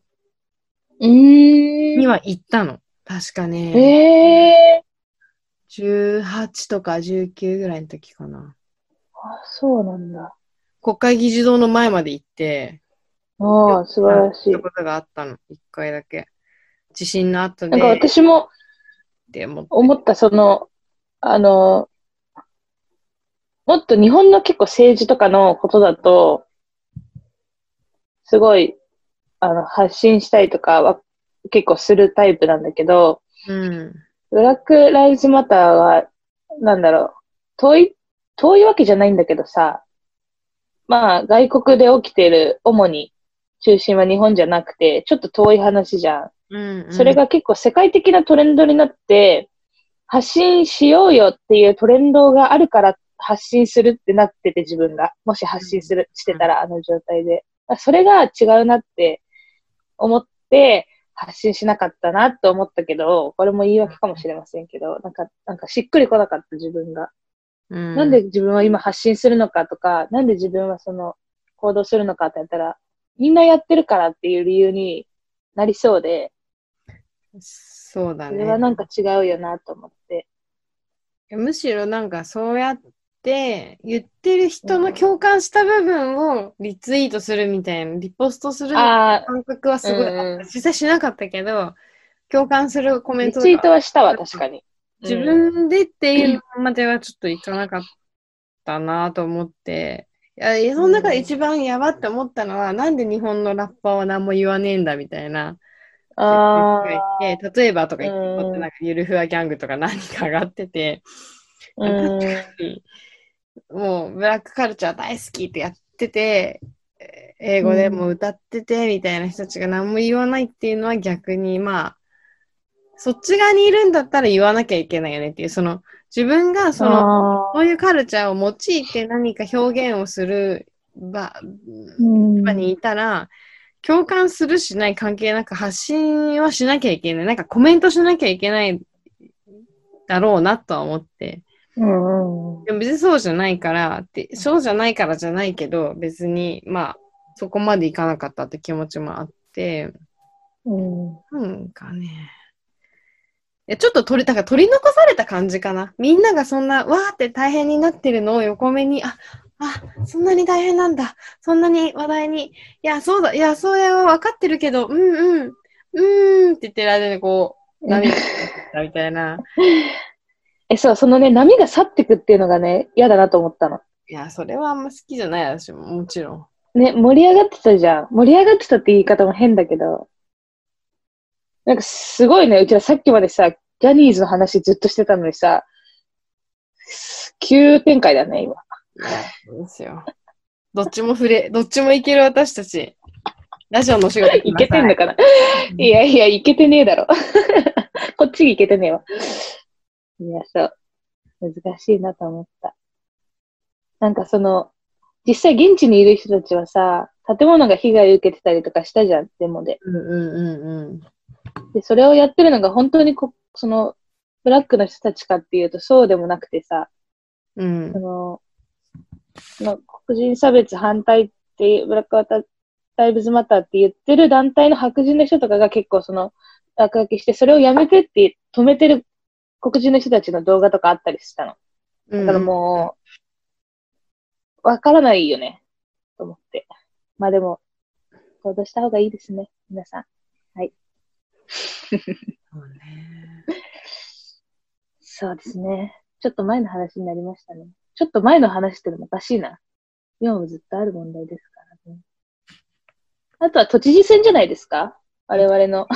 S2: うーん。
S1: には行ったの。確かね、
S2: ええ
S1: 18とか19ぐらいの時かな。
S2: ー。あ、そうなんだ。
S1: 国会議事堂の前まで行って、
S2: ああ、素晴らしい
S1: 行った。ことがあったの。一回だけ。地震の後
S2: なんか
S1: で、
S2: 私も
S1: でも、
S2: 思った、その、あの、もっと日本の結構政治とかのことだと、すごい、あの、発信したりとかは結構するタイプなんだけど、
S1: うん。
S2: ブラック・ライズ・マターは、なんだろう、遠い、遠いわけじゃないんだけどさ、まあ、外国で起きてる、主に、中心は日本じゃなくて、ちょっと遠い話じゃん。
S1: うん、うん
S2: それ、が結構世界的なトレンドになって、発信しようよっていうトレンドがあるから発信するってなってて自分が。もし発信する、してたらあの状態で。あそれが違うなって思って発信しなかったなと思ったけど、これも言い訳かもしれませんけど、なんか、なんかしっくりこなかった自分が。
S1: うん、
S2: なんで自分は今発信するのかとか、なんで自分はその行動するのかってやったら、みんなやってるからっていう理由になりそうで、
S1: そうだ
S2: そ
S1: ね。
S2: れはなんか違うよなと思って。
S1: いやむしろなんかそうやって言ってる人の共感した部分をリツイートするみたいな、リポストするみたいな
S2: あ
S1: 感覚はすごいあった、
S2: うんうん
S1: 実際しなかったけど、共感するコ
S2: あ、
S1: メン
S2: リ
S1: ト
S2: ツイ
S1: と
S2: ート
S1: か、
S2: はしたわ、確かに。
S1: 自
S2: うん
S1: 分でっていうのまではちょっといかなかったなと思って、いやいやその中で一番やばって思ったのは、なんで日本のラッパーは何も言わねえんだみたいな。
S2: あ
S1: 言って例えばとか言って、
S2: うん
S1: なんかゆるふわギャングとか何かがあってて、
S2: あ、うん。
S1: もうブラックカルチャー大好きってやってて、えー英語でも歌っててみたいな人たちが何も言わないっていうのは逆にまあ、そっち側にいるんだったら言わなきゃいけないよねっていう、その自分がその、
S2: あ
S1: こういうカルチャーを用いて何か表現をする場
S2: ーうん
S1: 場にいたら、共感するしない関係なく発信はしなきゃいけない。なんかコメントしなきゃいけないだろうなとは思って。
S2: うんうん。
S1: でも別にそうじゃないからって、そうじゃないからじゃないけど、別にまあそこまでいかなかったって気持ちもあって、
S2: うん
S1: なんかね。いやちょっと取り、だから取り残された感じかな。みんながそんな、わーって大変になってるのを横目に、あ、あ、そんなに大変なんだ。そんなに話題に。いや、そうだ、いや、そうや、わかってるけど、うんうん、うーんって言ってる間にこう、涙が出てきたみたい な。
S2: え、そう、そのね、波が去ってくっていうのがね、嫌だなと思ったの。
S1: いや、それはあんま好きじゃない、私も、もちろん。
S2: ね、盛り上がってたじゃん。盛り上がってたって言い方も変だけど。なんかすごいね、うちらさっきまでさ、ジャニーズの話ずっとしてたのにさ、急展開だね、
S1: い
S2: 今。
S1: やそうですよ。どっちも触れ、どっちもいける私たち。ラジオのお仕事
S2: いけてんの
S1: だ
S2: かな、
S1: うん
S2: いやいや、いけてねえだろ。 こっちにいけてねえわ。いや、そう。難しいなと思った。なんかその、実際現地にいる人たちはさ、建物が被害受けてたりとかしたじゃん、デモで。
S1: うんうんうんうん。
S2: で、それをやってるのが本当にこ、その、ブラックの人たちかっていうとそうでもなくてさ、
S1: うん
S2: そ。の、まあ、黒人差別反対っていう、ブラックアウトライブズマターって言ってる団体の白人の人とかが結構その、落書きして、それをやめてって止めてる黒人の人たちの動画とかあったりしたの。だからもう、わからないよね、と思って。まあでも、行動した方がいいですね、皆さん。
S1: そうね
S2: そうですね。ちょっと前の話になりましたね。ちょっと前の話ってのもおかしいな。今もずっとある問題ですからね。あとは都知事選じゃないですか我々の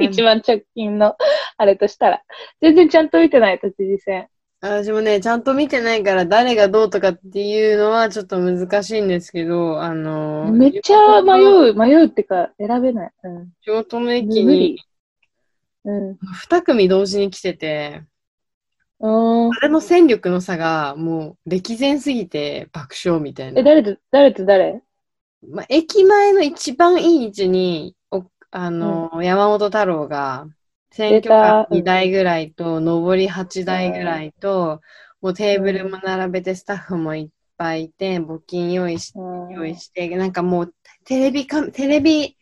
S2: 一番直近のあれとしたら。全然ちゃんと見てない都知事選。
S1: 私もね、ちゃんと見てないから、誰がどうとかっていうのはちょっと難しいんですけど、あの、
S2: めっちゃ迷う、迷うってか選べない。うん。
S1: 京都の駅
S2: 無理
S1: に。
S2: うん。
S1: 2組同時に来てて、
S2: うーん
S1: あれの戦力の差がもう歴然すぎて爆笑みたい
S2: え、
S1: な。
S2: 誰と、誰と誰
S1: まあ、駅前の一番いい位置に、おあの、山本太郎が、選挙カー2台ぐらいと、上り8台ぐらいと、もうテーブルも並べて、スタッフもいっぱいいて、募金用意し
S2: うん
S1: 用意して、なんかもうテレビカ、テレビ、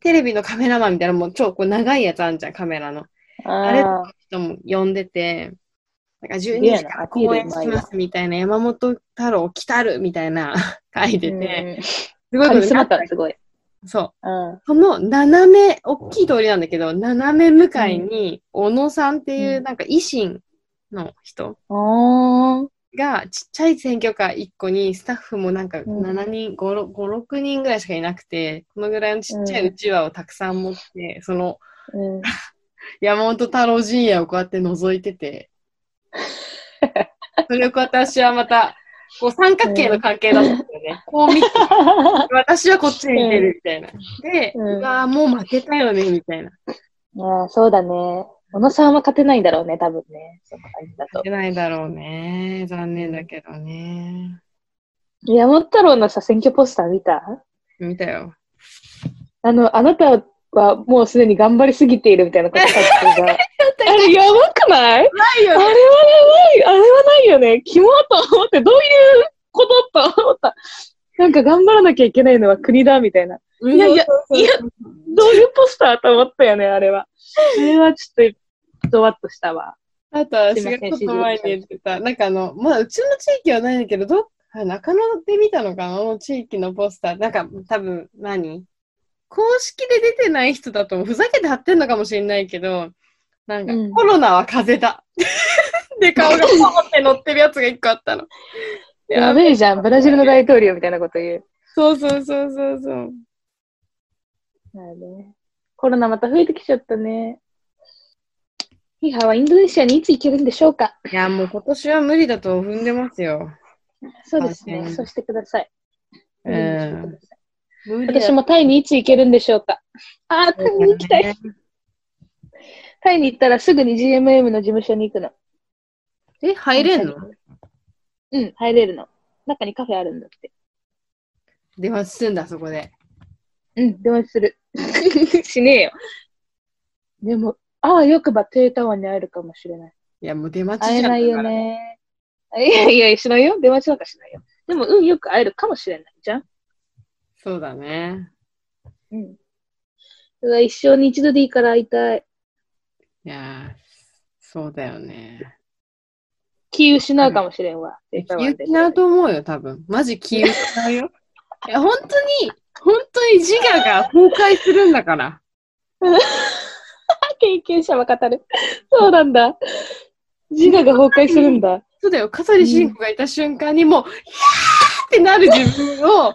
S1: テレビのカメラマンみたいな、もう超こう長いやつあんじゃん、カメラの。あれ
S2: あ
S1: 人も呼んでて、なんか
S2: すげえ
S1: 12
S2: な
S1: 時から
S2: アピー
S1: 公
S2: ルう
S1: 演
S2: ま
S1: し
S2: いわ
S1: ますみたいな、山本太郎来たるみたいな書いて
S2: ー。
S1: て、
S2: うん
S1: すごい
S2: カ
S1: こと
S2: リ
S1: に
S2: ス
S1: な
S2: マ
S1: った
S2: 感すごい。
S1: そう。
S2: うん。
S1: その斜め、大きい通りなんだけど、斜め向かいに、小野さんっていう、
S2: うん
S1: なんか維新の人
S2: おー。
S1: が、ちっちゃい選挙カー1個に、スタッフもなんか
S2: ん
S1: 7人、5、6人ぐらいしかいなくて、このぐらいのちっちゃいうちわをたくさん持って、その
S2: うん。
S1: 山本太郎陣営をこうやって覗いて て、それをこうやって私はまた、こう三角形の関係だったんですよ ね。こう見て、私はこっちにいてるみたいな。で、う
S2: うん
S1: わーもう負けたよね、みたいな。
S2: ああ、 そうだね。小野さんは勝てないんだろうね、多分ね。そんな感じだ
S1: 勝
S2: と。
S1: てないだろうね。残念だけどね。
S2: 山本太郎のさ、選挙ポスター見た
S1: 見たよ。
S2: あの、あなたはもうすでに頑張りすぎているみたいなこと書い てた。あれ、やばくな
S1: な
S2: い
S1: い
S2: あれはやばい、あれはないよね。キモと思って、どういうことと思った。なんか頑張らなきゃいけないのは国だ、みたいな。
S1: い
S2: いやいや、いや、どういうポスターと思ったよね、あれは。あれはちょっと、ドワッとしたわ。
S1: あとは私がちょっと前に言ってた、なんかあの、まあうちの地域はないんだけど、どっか中野で見たのかなあの地域のポスター。なんか多分何公式で出てない人だと思うふざけて貼ってんのかもしれないけど、なんか、
S2: うん
S1: コロナは風邪だ。 で、顔がポンって乗ってるやつが一個あったの。
S2: やべえじゃん、ブラジルの大統領みたいなこと言う。
S1: そうそうそうそうそう。
S2: まあね。コロナまた増えてきちゃったね。ヒハはインドネシアにいつ行けるんでしょうか
S1: いや、もう今年は無理だと踏んでますよ。
S2: そうです
S1: あ
S2: ね。
S1: ね
S2: そうしてください。
S1: うん
S2: そうしてください
S1: 無理だ
S2: 私もタイにいつ行けるんでしょうかあー、タイに行きたい。タイに行ったらすぐに GMM の事務所に行くの。
S1: え、入れんの
S2: うん、入れるの。中にカフェあるんだって。
S1: 電話すんだ、そこで。
S2: うん、電話する。 しねえよ。でも、ああ、よくば低タワーに会えるかもしれない。
S1: いや、もう出待ち
S2: 会え
S1: じゃん。
S2: ないよね。いやいや、しないよ。電話しなんかしないよ。でも、うん、よく会えるかもしれないじゃん。
S1: そうだね。
S2: うん。うわ、一生に一度でいいから会いたい。
S1: いやー、そうだよね。
S2: 気失うかもしれんわ。低タワ
S1: 気
S2: ーで
S1: 失うと思うよ、多分。マジ気失う よ。いや、本当に、本当に自我が崩壊するんだから。
S2: 経験者は語る。そうなんだ。自我が崩壊するんだ。
S1: そうだよ、香取慎吾がいた瞬間にもう、いやーってなる自分を、が、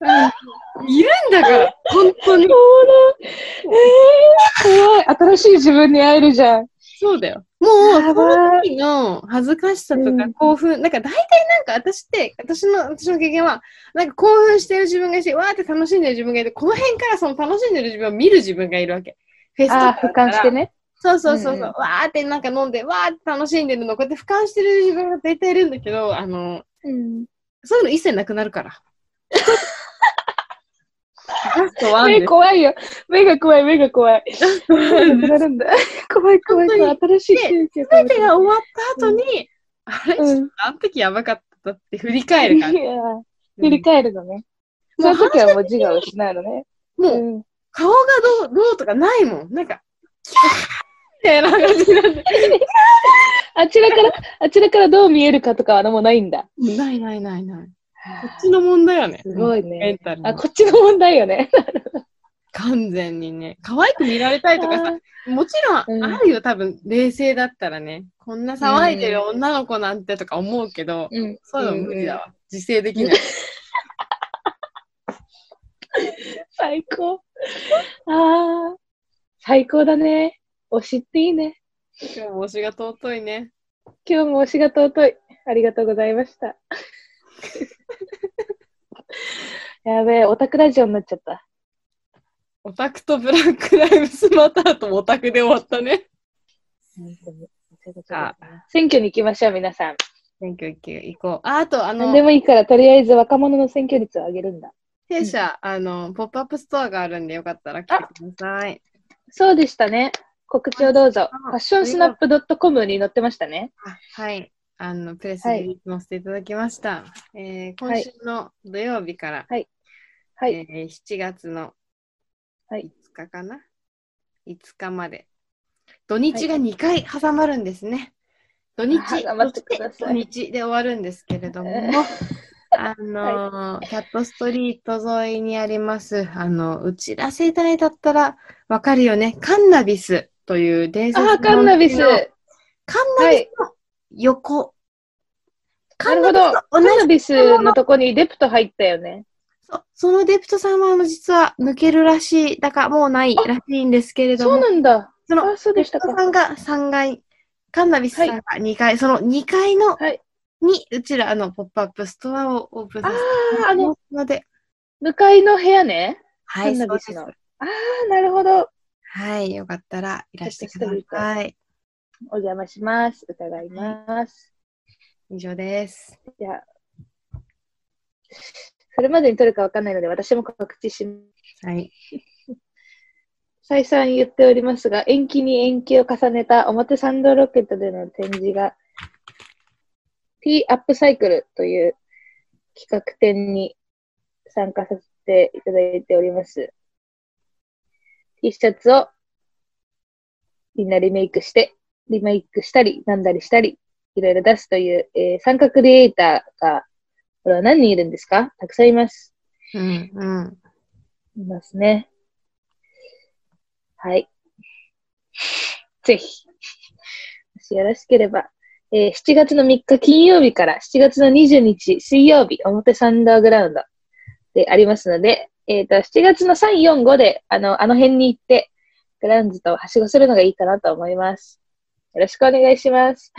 S1: うんいるんだから、本当に
S2: お。もろい。えー、怖い。新しい自分に会えるじゃん。
S1: そうだよ。もう、そ
S2: やば
S1: の時
S2: い
S1: の恥ずかしさと
S2: う
S1: か
S2: ん
S1: 興奮、なんか大体なんか私って、私の、私の経験は、なんか興奮してる自分がいて、わーって楽しんでる自分がいて、この辺からその楽しんでる自分を見る自分がいるわけ。フェスとかだ
S2: ああ、
S1: った
S2: 俯
S1: ら
S2: 瞰してね。
S1: そうそうそうそう、
S2: うんうん
S1: わーってなんか飲んで、わーって楽しんでるの、こうやって俯瞰してる自分が大体いるんだけど、あの、
S2: うん。
S1: そういうの一切なくなるから。ラストワン
S2: 目
S1: です。
S2: 怖いよ。目が怖い、目が怖い。
S1: 全
S2: なるんだ。怖い、怖い、怖い。新しい宗教かもし
S1: て
S2: れな
S1: が
S2: い。
S1: 終わった後に、あれ、ちょっとあの時やばかったって振り返る感じ。
S2: いや振り返るのね。そ
S1: もう
S2: の時はもう自我を失うのね。
S1: もう
S2: うん。
S1: 顔がどうどうとかないもん。なんか、キャーみたいな感じなんで。
S2: あちらから、あちらからどう見えるかとかはもうないんだ。
S1: ないないないない。こっちの問題よね。
S2: すごい
S1: メン
S2: ね。
S1: タルの
S2: あ、こっちの問題よね。
S1: 完全にね。可愛く見られたいとかさ、もちろ
S2: うん
S1: んあるよ、多分、冷静だったらね。こんな騒いでる女の子なんてとか思うけど、
S2: うん。
S1: そういうの無理だわ。自制できない。
S2: 最高。ああ、最高だね。推しっていいね。
S1: 今日も推しが尊いね。
S2: 今日も推しが尊い。ありがとうございま した。やべえ、オタクラジオになっちゃった。
S1: オタクとブラックライブスマターとオタクで終わったね。
S2: 本当にそういうことだ
S1: あ
S2: な選挙に行きましょう、皆さん。
S1: 選挙行こう。あ、あと、あの
S2: 何、でもいいから、とりあえず若者の選挙率を上げるんだ。
S1: 弊社、あの、ポップアップストアがあるんで、よかったら来てください。
S2: そうでしたね。告知をどうぞ。
S1: あ
S2: ファッションスナップ .com に載ってましたね。
S1: あはい。あの、プレスリリースもしていただきました。えー今週の土曜日から、
S2: はい。
S1: えー7月の
S2: はい
S1: 5日かな、5日まで。土日が2回挟まるんですね。土日、
S2: あ頑張ってください
S1: そして土日で終わるんですけれども
S2: え、
S1: あのーキャットストリート沿いにあります、あの、うちら世代だったらわかるよね、カンナビスという伝説
S2: あ
S1: の
S2: あ、カンナビス。
S1: お店の
S2: な
S1: カンナビスの横。カ
S2: る
S1: ンナビ
S2: ほど
S1: ス。
S2: カ
S1: と
S2: ン
S1: 同じ
S2: ナビスのとこにデプト入ったよね。
S1: そうそのデプトさんはあの実は抜けるらしい、だからもうないらしいんですけれど
S2: そ
S1: も、
S2: うなんだ。
S1: その
S2: あ、そうでした
S1: デプ
S2: か
S1: ト。さんが3階、カンナビスさんが2階、その2階の、
S2: はい
S1: にうちらあのポップアップストアをオープンさせてい
S2: あーあ
S1: ただき
S2: の
S1: ますので、
S2: 向かいの部屋ね。
S1: はい、そ
S2: カン
S1: う
S2: ナビ
S1: で
S2: ス
S1: す
S2: の。ああ、なるほど。
S1: はい、よかったらいらしてくだ
S2: キャットスト
S1: さい。
S2: お邪魔します。伺います。
S1: 以上です。
S2: じゃあ、それまでに取るかわかんないので、私も告知します。
S1: はい。
S2: 再三言っておりますが、延期に延期を重ねた表参道ロケットでの展示が、T アップサイクルという企画展に参加させていただいております。T シャツをみんなリメイクして、リメイクしたり、なんだりしたり、いろいろ出すという、えー参加クリエイターが、これは何人いるんですかたくさんいます。
S1: うん、うん。
S2: いますね。はい。ぜひ。もしよろしければ、えー7月の3日金曜日から7月の20日水曜日、表参道グラウンドでありますので、えっ、と、7月の3、4、5で、あの、あの辺に行って、グラウンズとはしごするのがいいかなと思います。よろしくお願いします。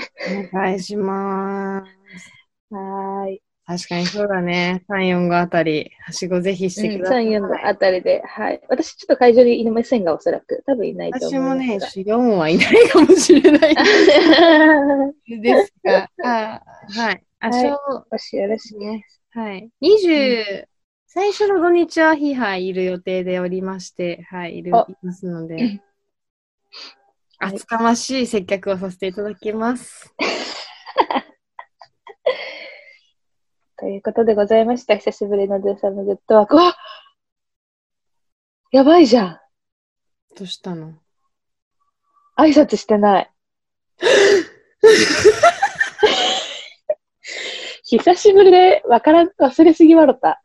S1: お願いします。
S2: はーい。
S1: 確かにそうだね。3、4、5あたり、はしごぜひしてください。
S2: 3、4のあたりで、はい。私ちょっと会場にいませんが、おそらく。多分いないと思
S1: 私
S2: い
S1: も
S2: ます
S1: ね、
S2: が。
S1: 4はいないかもしれない。
S2: ね、
S1: です が、あはい。あ、
S2: はい
S1: そう
S2: もしよろし
S1: ですね。はい。20、最初の土日はヒハいる予定でおりまして、はい、いる
S2: あ
S1: いますので、厚かましい接客をさせていただきます。
S2: ということでございました。久しぶりのドゥーサムグッドワーク。うわやばいじゃ
S1: どうしたの
S2: ん。挨拶してない。久しぶりで、わからん、忘れすぎ笑った。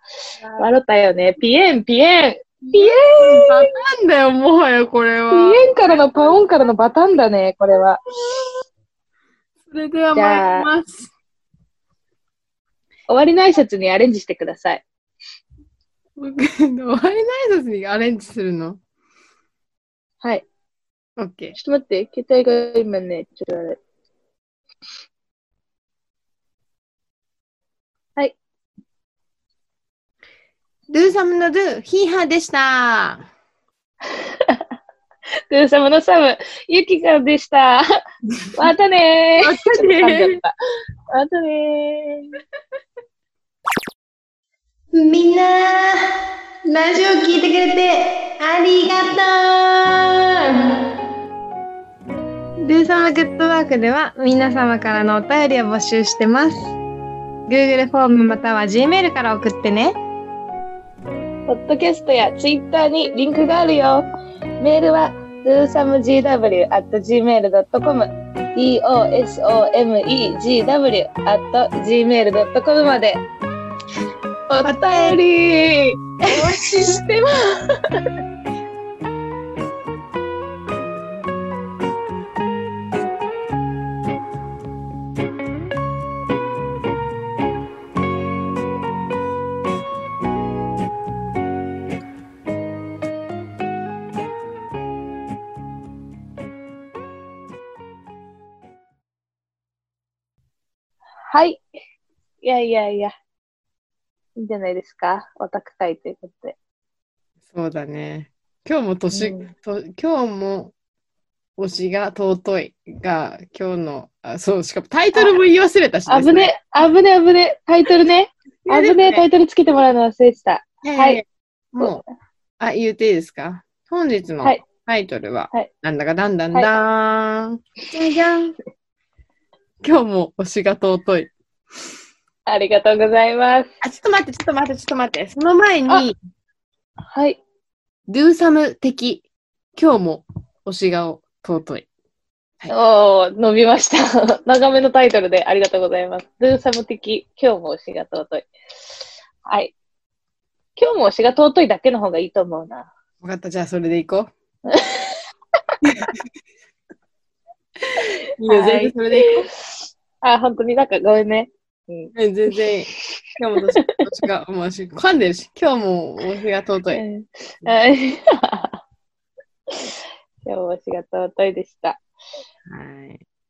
S2: 笑ったよね。ピエン、ピエン。ピエ
S1: な
S2: ン、
S1: んだよ、もはやこれ
S2: ピ
S1: は。
S2: エンからのパオンからのバタンだね、これは。
S1: それでは
S2: じゃ
S1: 参
S2: あ
S1: ります。
S2: 終わりの挨拶にアレンジしてください。
S1: 僕終わりの挨拶にアレンジするの
S2: はい。
S1: ?OK。
S2: ちょっと待って、携帯が今ね、ちょっとあれ。
S1: ドゥサムのドゥ、ヒーハーでした。
S2: ドゥーサムのサム、ゆきかでした。 またねー。
S1: た
S2: ちょっと噛んじゃった。またねー。
S3: みんな、ラジオ聞いてくれてありがとう
S1: ルーサムグッドワークでは皆様からのお便りを募集してます。Google フォームまたは Gmail から送ってね。
S2: ポッドキャストやツイッターにリンクがあるよ。メールは dosamegw.gmail.com dosomegw.gmail.com まで。お便りお待ちしてます。はい。いやいやいや。いいんじゃないですか。オタク会ということで。
S1: そうだね。今日も年、
S2: うん
S1: と今日も推しが尊いが今日の、あそう、しかもタイトルも言い忘れたし、
S2: 危ね、危ね、危ね。タイトルね。
S1: あ
S2: 危ね、タイトルつけてもらうの忘れてた。
S1: は。
S2: はい
S1: もう、あ、言っていいですか本日の
S2: はい
S1: タイトルは、
S2: はい
S1: なんだかだんだんだーん。じゃじゃん。今日も推しが尊い。
S2: ありがとうございます。
S1: あ、ちょっと待って、ちょっと待って、ちょっと待って。その前
S2: あ
S1: に、
S2: はい。
S1: ドゥーサム的、今日も推しが尊い。
S2: おー、伸びました。 長めのタイトルでありがとうございます。ドゥーサム的、今日も推しが尊い。はい。今日も推しが尊いだけの方がいいと思うな。
S1: 分かった、じゃあそれでいこ う。いいよ、
S2: はい
S1: 全然それでいこ
S2: あ、本当になんかごめんね。うん。
S1: う。うん全然いい。今日も推し推しが、もう推し噛んでるし、今日も推しが尊い。
S2: うんはい今日も推しが尊いでした。
S1: はい。